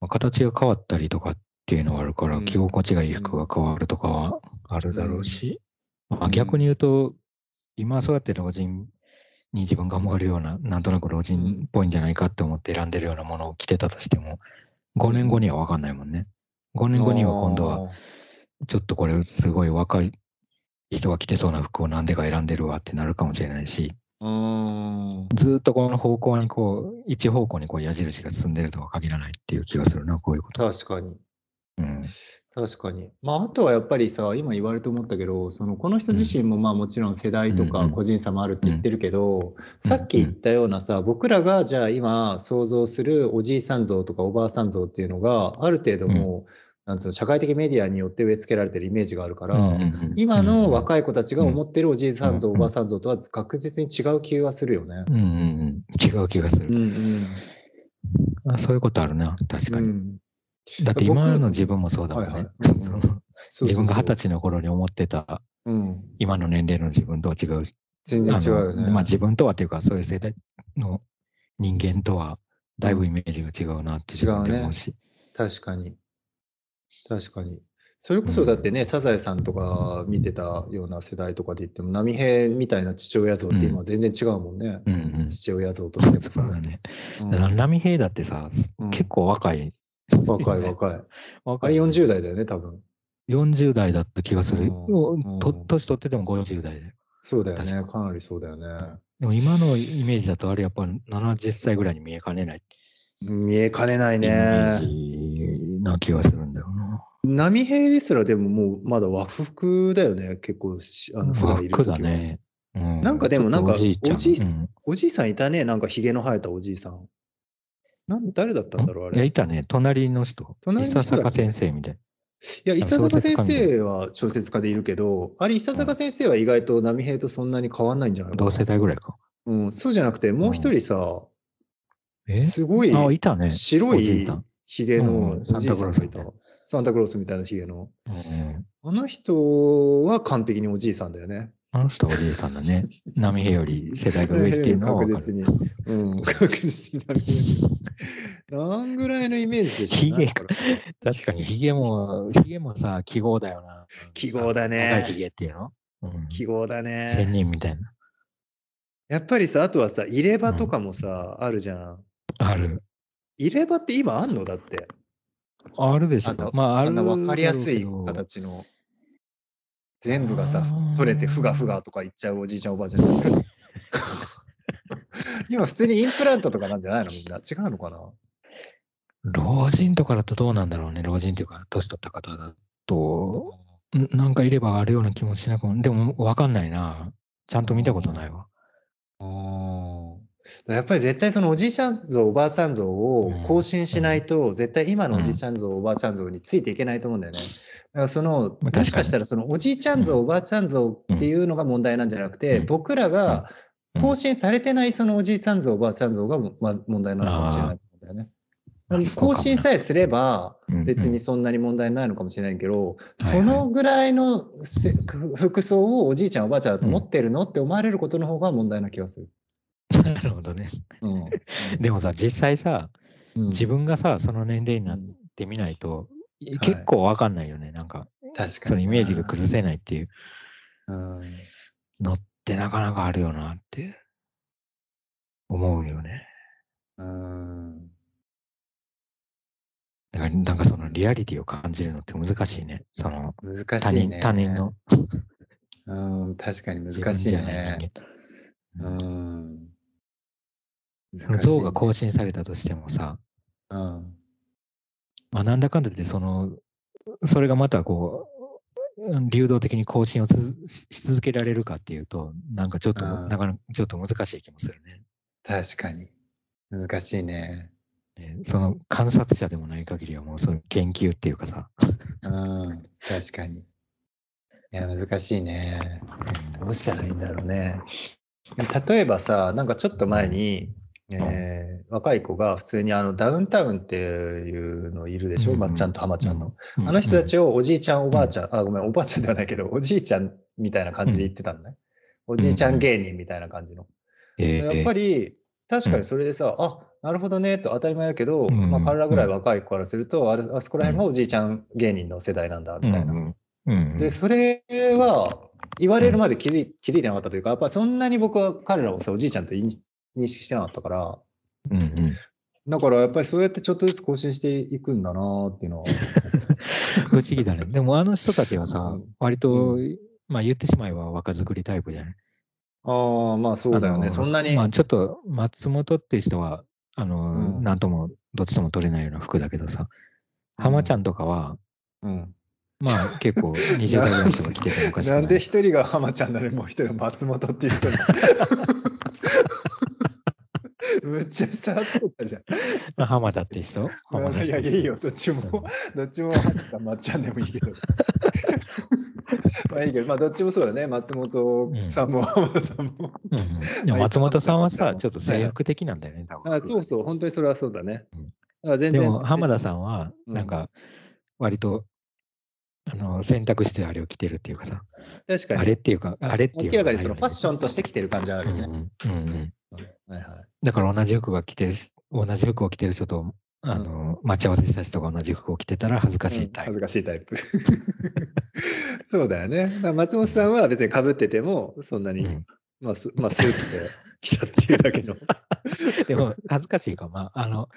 Speaker 2: まあ形が変わったりとかっていうのはあるか
Speaker 1: う
Speaker 2: ら、
Speaker 1: ん
Speaker 2: 着心地がいい服が変わるとかはあるだろうし、まあ、逆に言うと、今そうやって老人に自分が思えるような、なんとなく老人っぽいんじゃないかって思って選んでるようなものを着てたとしても、5年後には分かんないもんね。5年後には今度は、ちょっとこれすごい若い人が着てそうな服をなんでか選んでるわってなるかもしれないし、
Speaker 1: あー。うーん。
Speaker 2: ずっとこの方向にこう、一方向にこう矢印が進んでるとは限らないっていう気がするな、こういうこと。
Speaker 1: 確かに。
Speaker 2: うん。
Speaker 1: 確かに。まあ、あとはやっぱりさ、今言われて思ったけど、そのこの人自身もまあもちろん世代と
Speaker 2: うん
Speaker 1: か
Speaker 2: うん
Speaker 1: 個人差もあるって言ってるけど、さっき言ったようなさ、僕らがじゃあ今想像するおじいさん像とかおばあさん像っていうのが、ある程度もう、なんつうの、社会的メディアによって植え付けられてるイメージがあるから、
Speaker 2: うんうんうん
Speaker 1: 今の
Speaker 2: い
Speaker 1: 若い子たちが思ってるおじいさん像、
Speaker 2: うん
Speaker 1: おばあさん像とは確実に違う気はするよね。
Speaker 2: うんうんうん、違う気がす
Speaker 1: うん
Speaker 2: る、あ。そういうことあるな、確か
Speaker 1: う
Speaker 2: に。
Speaker 1: ん。
Speaker 2: だって
Speaker 1: 僕
Speaker 2: 今の自分もそうだもんね。
Speaker 1: はいはいうんうんそうそうそう
Speaker 2: 自分が二十歳の頃に思ってた
Speaker 1: うん。
Speaker 2: 今の年齢の自分とは違うし。
Speaker 1: 全然
Speaker 2: あ
Speaker 1: 違うよ
Speaker 2: の
Speaker 1: ね。
Speaker 2: まあ自分とはというか、そういう世代の人間とはだいぶイメージが違うなって自分で思うし。
Speaker 1: 確かに。確かに。それこそだってね、サザエさんとか見てたような世代とかで言っても、波平みたいな父親像って今全然違うもんね。
Speaker 2: うんうん。
Speaker 1: 父親像としても
Speaker 2: そ
Speaker 1: さ
Speaker 2: う。だね。
Speaker 1: うん
Speaker 2: 波平だってさ、
Speaker 1: うん
Speaker 2: 結構若い。
Speaker 1: 若い若い。あ
Speaker 2: 若い
Speaker 1: れ40代だよね、多分。
Speaker 2: 40代だった気がする。
Speaker 1: うん
Speaker 2: おと年取ってても50代で。
Speaker 1: そうだよ
Speaker 2: 確か
Speaker 1: ね。かなりそうだよね。
Speaker 2: でも今のイメージだとあれやっぱ70歳ぐらいに見えかねないって
Speaker 1: 見えかねない
Speaker 2: イメー
Speaker 1: ね。
Speaker 2: ジな気がするんだよな。
Speaker 1: 波平ですらでももうまだ和服だよね。結構し、あの、普段いる
Speaker 2: 楽
Speaker 1: 時
Speaker 2: だ
Speaker 1: は。
Speaker 2: ね。うん
Speaker 1: なんかでもなんか
Speaker 2: ちょっと
Speaker 1: おじい
Speaker 2: ちゃんうん
Speaker 1: おじいさんいたね。なんかヒゲの生えたおじいさん。なん誰だったんだろうあ
Speaker 2: いや、
Speaker 1: れ。い
Speaker 2: いたね。隣の人。
Speaker 1: 隣の人
Speaker 2: 伊
Speaker 1: だっけ
Speaker 2: 佐坂先生みたい。
Speaker 1: や、伊佐
Speaker 2: 小
Speaker 1: 坂
Speaker 2: 説家
Speaker 1: 先
Speaker 2: みたい
Speaker 1: 生は小説家でいるけど、あれ伊佐坂先生は意外と波平とそんなに変わんないんじゃないか
Speaker 2: 同
Speaker 1: な
Speaker 2: 世代ぐらいか。
Speaker 1: うん、そうじゃなくて、もう一人さ、
Speaker 2: え
Speaker 1: すごい
Speaker 2: あ、いたね。
Speaker 1: 白
Speaker 2: おじ
Speaker 1: い
Speaker 2: さん
Speaker 1: ヒゲ
Speaker 2: うん
Speaker 1: の
Speaker 2: う
Speaker 1: お
Speaker 2: ん
Speaker 1: じいさんがいた
Speaker 2: サンタクロースみたいな。
Speaker 1: サンタクロースみたいなヒゲの。
Speaker 2: うん
Speaker 1: あの人は完璧におじいさんだよね。
Speaker 2: あの人はおじいさん だね。波平より世代が上っていうのは
Speaker 1: 確
Speaker 2: 分か
Speaker 1: 実に
Speaker 2: る。。
Speaker 1: うん、確実になる よね。なんぐらいのイメージでしょ
Speaker 2: ヒゲ か確かに、ヒゲも、ヒゲもさ、記号だよな。
Speaker 1: 記号だ
Speaker 2: 赤いヒ
Speaker 1: ね。
Speaker 2: ゲっていうのうん。
Speaker 1: 記号だ
Speaker 2: 仙
Speaker 1: ね。
Speaker 2: 人みたいな。
Speaker 1: やっぱりさ、あとはさ、入れ歯とかもさ、あるじゃん。
Speaker 2: ある。
Speaker 1: 入れ歯って今あんのだって。
Speaker 2: あるでし
Speaker 1: あんな
Speaker 2: ょ。まあ、あ
Speaker 1: あ
Speaker 2: る
Speaker 1: ん
Speaker 2: だ
Speaker 1: な
Speaker 2: ろうけど。
Speaker 1: 分かりやすい形の。全部がさ
Speaker 2: あ、ー
Speaker 1: 取れてふがふがとか言っちゃうおじいちゃんおばあちゃんいるよ ね今普通にインプラントとかなんじゃないのみんな。違うのかな
Speaker 2: 老人とかだとどうなんだろうね。老人というか、年取った方だと、んなんかいればあるような気もしなくも、でもわかんないな。ちゃんと見たことないわ。
Speaker 1: うんやっぱり絶対そのおじいちゃん像おばあちゃん像を更新しないと、絶対今のおじいちゃん像おばあちゃん像についていけないと思うんだよね。だからその
Speaker 2: まあ確かに
Speaker 1: もしかしたらそのおじいちゃん像
Speaker 2: うん
Speaker 1: おばあちゃん像っていうのが問題なんじゃなくて、
Speaker 2: うん
Speaker 1: 僕らが
Speaker 2: うん
Speaker 1: 更新されてないそのおじいちゃん像おばあちゃん像がも、まあ、問題なのかもしれないんだよね。
Speaker 2: あそうかも
Speaker 1: 更
Speaker 2: な
Speaker 1: 新さえすれば
Speaker 2: うん
Speaker 1: 別にそんなに問題ないのかもしれないけど、
Speaker 2: はいは
Speaker 1: そ
Speaker 2: い
Speaker 1: のぐらいのせ服服装をおじいちゃんおばあちゃんだと持ってるのって思われることの方が問題な気がする。
Speaker 2: なるほどね。
Speaker 1: うん
Speaker 2: でもさ、実際さ、 自分がさ、その年齢になっ
Speaker 1: うん
Speaker 2: てみないと、
Speaker 1: い
Speaker 2: 結構わかんないよね。なんか、
Speaker 1: 確かに
Speaker 2: そのイメージが崩せないっていう
Speaker 1: うん
Speaker 2: のってなかなかあるよなって思うよね。
Speaker 1: うん
Speaker 2: だから、なんかそのリアリティを感じるのって難しいね。その、
Speaker 1: 難
Speaker 2: 他
Speaker 1: しい
Speaker 2: 人
Speaker 1: ね。
Speaker 2: 他人の
Speaker 1: うん、確かに
Speaker 2: 自
Speaker 1: 難
Speaker 2: 分
Speaker 1: しい
Speaker 2: じゃない人
Speaker 1: ね。
Speaker 2: 間
Speaker 1: うん。
Speaker 2: その像が更新されたとしてもさ、
Speaker 1: 難しいね
Speaker 2: まあ、なんだかんだでその、それがまたこう、流動的に更新をつし続けられるかっていうと、なんかちょっと、
Speaker 1: うん
Speaker 2: なかなかちょっと難しい気もするね。
Speaker 1: うん。確かに。難しいね。
Speaker 2: ねその観察者でもない限りはもうそういう研究っていうかさ、
Speaker 1: うん。確かに。いや、難しいね。どうしたらいいんだろうね。でも例えばさ、なんかちょっと前に、えー若い子が普通にあのダウンタウンっていうのいるでしょ、
Speaker 2: うんうん
Speaker 1: まっちゃんと浜ちゃんの。
Speaker 2: うん
Speaker 1: あの人たちをおじいちゃん、おばあちゃん、あ、ごめん、おばあちゃんではないけど、おじいちゃんみたいな感じで言ってたのね。おじいちゃん芸人みたいな感じの。
Speaker 2: うんえ
Speaker 1: やっぱり、確かにそれでさ、あ、なるほどね、と当たり前だけど、
Speaker 2: うん
Speaker 1: まあ、彼らぐらい若い子からすると、あれあそこら辺がおじいちゃん芸人の世代なんだ、みたいな。
Speaker 2: な
Speaker 1: で、それは、言われるまで気づい気づいてなかったというか、やっぱそんなに僕は彼らをさ、おじいちゃんと認認識してなかったから、
Speaker 2: うんうん
Speaker 1: だからやっぱりそうやってちょっとずつ更新していくんだなっていう のは。
Speaker 2: 不思議だね。でもあの人たちは
Speaker 1: う
Speaker 2: さ
Speaker 1: ん、
Speaker 2: 割と、まあ言ってしまえば若作りタイプじゃない
Speaker 1: ああ、まあそうだよ
Speaker 2: あ
Speaker 1: ね。
Speaker 2: の
Speaker 1: そんなに。
Speaker 2: まあ、ちょっと松本って人は、あの、
Speaker 1: うん
Speaker 2: なんとも、どっちとも取れないような服だけどさ、浜ちゃんとかは、
Speaker 1: うん。
Speaker 2: まあ結構20代ぐらいの人が着ててもおかしくな。
Speaker 1: ないんで一人が浜ちゃんなのに もう一人は松本っていう 人に むっちゃさそうだじゃん。
Speaker 2: まあ浜田って人浜田って人
Speaker 1: いや、いいよ、どっちも
Speaker 2: うん、
Speaker 1: どっちも浜かまっちゃんでもいいけど。まあいいけど、まあどっちもそうだね。松本さんも浜田さんも。
Speaker 2: うんうんでも松本さんは
Speaker 1: まあ
Speaker 2: さ、ちょっと制服的なんだよね、多分
Speaker 1: あそうそう、本当にそれはそうだね。あ全
Speaker 2: で
Speaker 1: 然。
Speaker 2: も浜田さんは、
Speaker 1: うん
Speaker 2: なんか、割と、あの、選択してあれを着てるっていうかさ、
Speaker 1: 確かに。
Speaker 2: あれっていうか、あれっていう
Speaker 1: 明らかにそのファッショ
Speaker 2: ン
Speaker 1: ンとして着てる感じはあるよね。
Speaker 2: うんうんうん
Speaker 1: うんはいはい。
Speaker 2: だから同じ服が着てるし、同じ服を着てる人と、あの、待ち合わせした人が同じ服を着てたら恥ずかしいタイ
Speaker 1: うん恥ず
Speaker 2: プ。
Speaker 1: かしいタイプ。そうだよね。だから松本さんは別に被ってても、そんなに、
Speaker 2: うん
Speaker 1: まあ、すまあ、スーツで来たっていうだ けの。
Speaker 2: でも、恥ずかしいか、まあ、あの、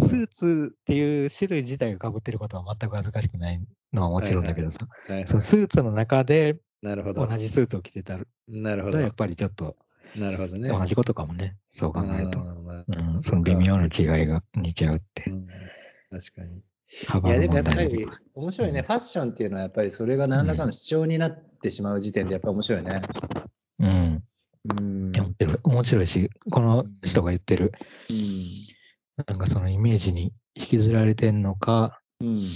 Speaker 2: スーツっていう種類自体が被ってることは全く恥ずかしくないのはもちろんだけどさ、
Speaker 1: はいはい
Speaker 2: そうスーツの中で
Speaker 1: なるほ
Speaker 2: 同
Speaker 1: ど。
Speaker 2: じスーツを着てたら、
Speaker 1: なるほ
Speaker 2: やっ
Speaker 1: ど。
Speaker 2: ぱりちょっと
Speaker 1: なるほどね。
Speaker 2: 同じことかもね。そう考えると。
Speaker 1: うんまあ
Speaker 2: うん、
Speaker 1: そ
Speaker 2: そ
Speaker 1: っ
Speaker 2: の
Speaker 1: か
Speaker 2: 微妙な違いが似ちゃうって
Speaker 1: う。ん確かに。い
Speaker 2: 幅
Speaker 1: や
Speaker 2: の
Speaker 1: でもやっ
Speaker 2: 問
Speaker 1: ぱ
Speaker 2: 題
Speaker 1: り面白いね、ファッションっていうのはやっぱりそれが何らかの主張になってしまう時点でやっぱ面白いね。
Speaker 2: うん。
Speaker 1: うん。
Speaker 2: 面白い面白いし、この人が言ってる、
Speaker 1: うん
Speaker 2: なんかそのイメージに引きずられてんのか、
Speaker 1: うん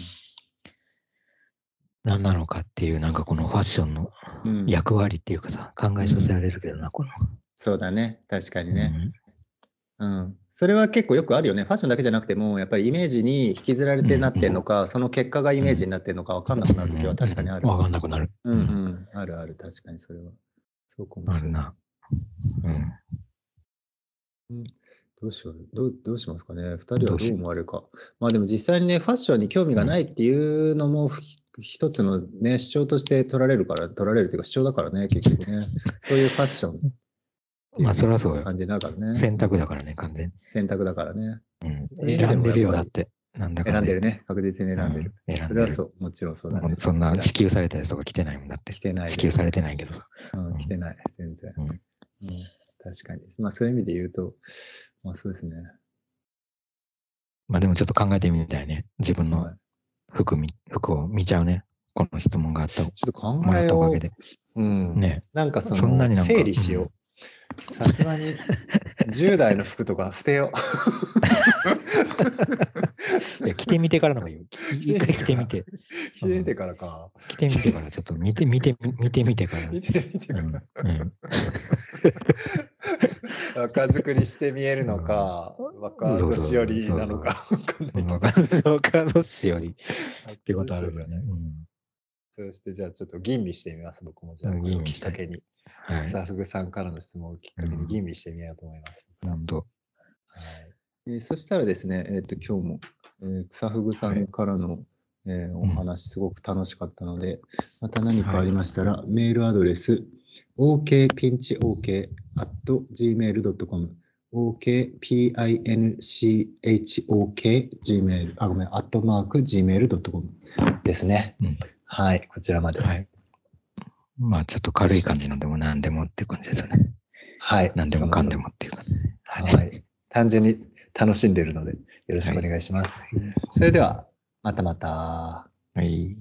Speaker 2: 何なのかっていう、なんかこのファッションの
Speaker 1: うん
Speaker 2: 役割っていうかさ、考えさせられるけどな、この。
Speaker 1: そうだね。確かにね。うん。それは結構よくあるよね。ファッションだけじゃなくても、やっぱりイメージに引きずられてなってんのか、その結果がイメージになってんのか分かんなくなるときは確かにある。
Speaker 2: わかんなくなる。
Speaker 1: うんうん。あるある。確かにそれは。そうかも
Speaker 2: あ
Speaker 1: しれ
Speaker 2: る
Speaker 1: ない。
Speaker 2: な。うん。
Speaker 1: どうしようどうどうしますかね ?2 人はどう思われるか。まあでも実際にね、ファッションに興味がないっていうのも、ふ一つのね、主張として取られるから、取られるというか主張だからね、結局 ね。そういうファッションってい
Speaker 2: まあ、それはそう
Speaker 1: う
Speaker 2: よ。
Speaker 1: 感じになるからね。
Speaker 2: 選択だからね、完全に。
Speaker 1: 選択だからね。
Speaker 2: うん
Speaker 1: そういう意味でも
Speaker 2: 選んでるよ、
Speaker 1: や
Speaker 2: だ
Speaker 1: っ
Speaker 2: っ
Speaker 1: ぱ
Speaker 2: て。なんだか
Speaker 1: 選んで
Speaker 2: る。
Speaker 1: るね。確実に選んでる。
Speaker 2: うん選ん
Speaker 1: そ
Speaker 2: でる
Speaker 1: れはそう。もちろんそうだね。
Speaker 2: そんな
Speaker 1: 選
Speaker 2: 支給されたやつとか来てないもんだって。
Speaker 1: 来てない
Speaker 2: 支給されてないけどさ。
Speaker 1: うん、来てない。全然。
Speaker 2: うん
Speaker 1: うん確かに。まあそういう意味で言うと、まあそうですね。
Speaker 2: まあでもちょっと考えてみたいね。自分
Speaker 1: はい
Speaker 2: の服み服を見ちゃうね。この質問があった
Speaker 1: ちょっと考
Speaker 2: もらっ
Speaker 1: え
Speaker 2: たおか
Speaker 1: を
Speaker 2: げ、で。
Speaker 1: うん、
Speaker 2: ね。
Speaker 1: なんかそ
Speaker 2: そんな
Speaker 1: の
Speaker 2: になんか
Speaker 1: 整理しよう。さすが に10代の服とか捨てよ
Speaker 2: いや、着てみてからの方 がいいよ。一回着てみて。
Speaker 1: う。着てみてからか。
Speaker 2: 着てみてから、ちょっと見て、見て、見てみてから。
Speaker 1: 見てみてか
Speaker 2: うんうん
Speaker 1: ら。若作りして見えるのか、若年寄りなのか。わかんないけ
Speaker 2: うん。
Speaker 1: ど
Speaker 2: 若若年よりってことあるよね。うん
Speaker 1: そしてじゃあちょっと吟味してみます、僕もじゃあ、
Speaker 2: うん
Speaker 1: これを
Speaker 2: 吟味
Speaker 1: きっ
Speaker 2: した
Speaker 1: か
Speaker 2: い
Speaker 1: けに。
Speaker 2: はい。
Speaker 1: さあ、福さんからの質問をきっかけ
Speaker 2: う
Speaker 1: に
Speaker 2: ん
Speaker 1: 吟味してみようと思います。
Speaker 2: なんと。
Speaker 1: はいえーそしたらですね、えっと今日も、えー、草ふぐさんからの、えーお
Speaker 2: うん
Speaker 1: 話すごく楽しかったので、また何かありましたら、メールアドレス okpinchok.gmail.com okpinchok.gmail あごめん、アットマーク gmail.com ですね、
Speaker 2: うん
Speaker 1: はい、こちらまで。
Speaker 2: はい。まあ、ちょっと軽い感じのでも何でもって感じですよね。
Speaker 1: はい。
Speaker 2: 何でもかんで
Speaker 1: も。
Speaker 2: もっていう感じ。
Speaker 1: は。い。単純に楽しんでるので、よろしくお願いします。それでは、またまた。
Speaker 2: はい。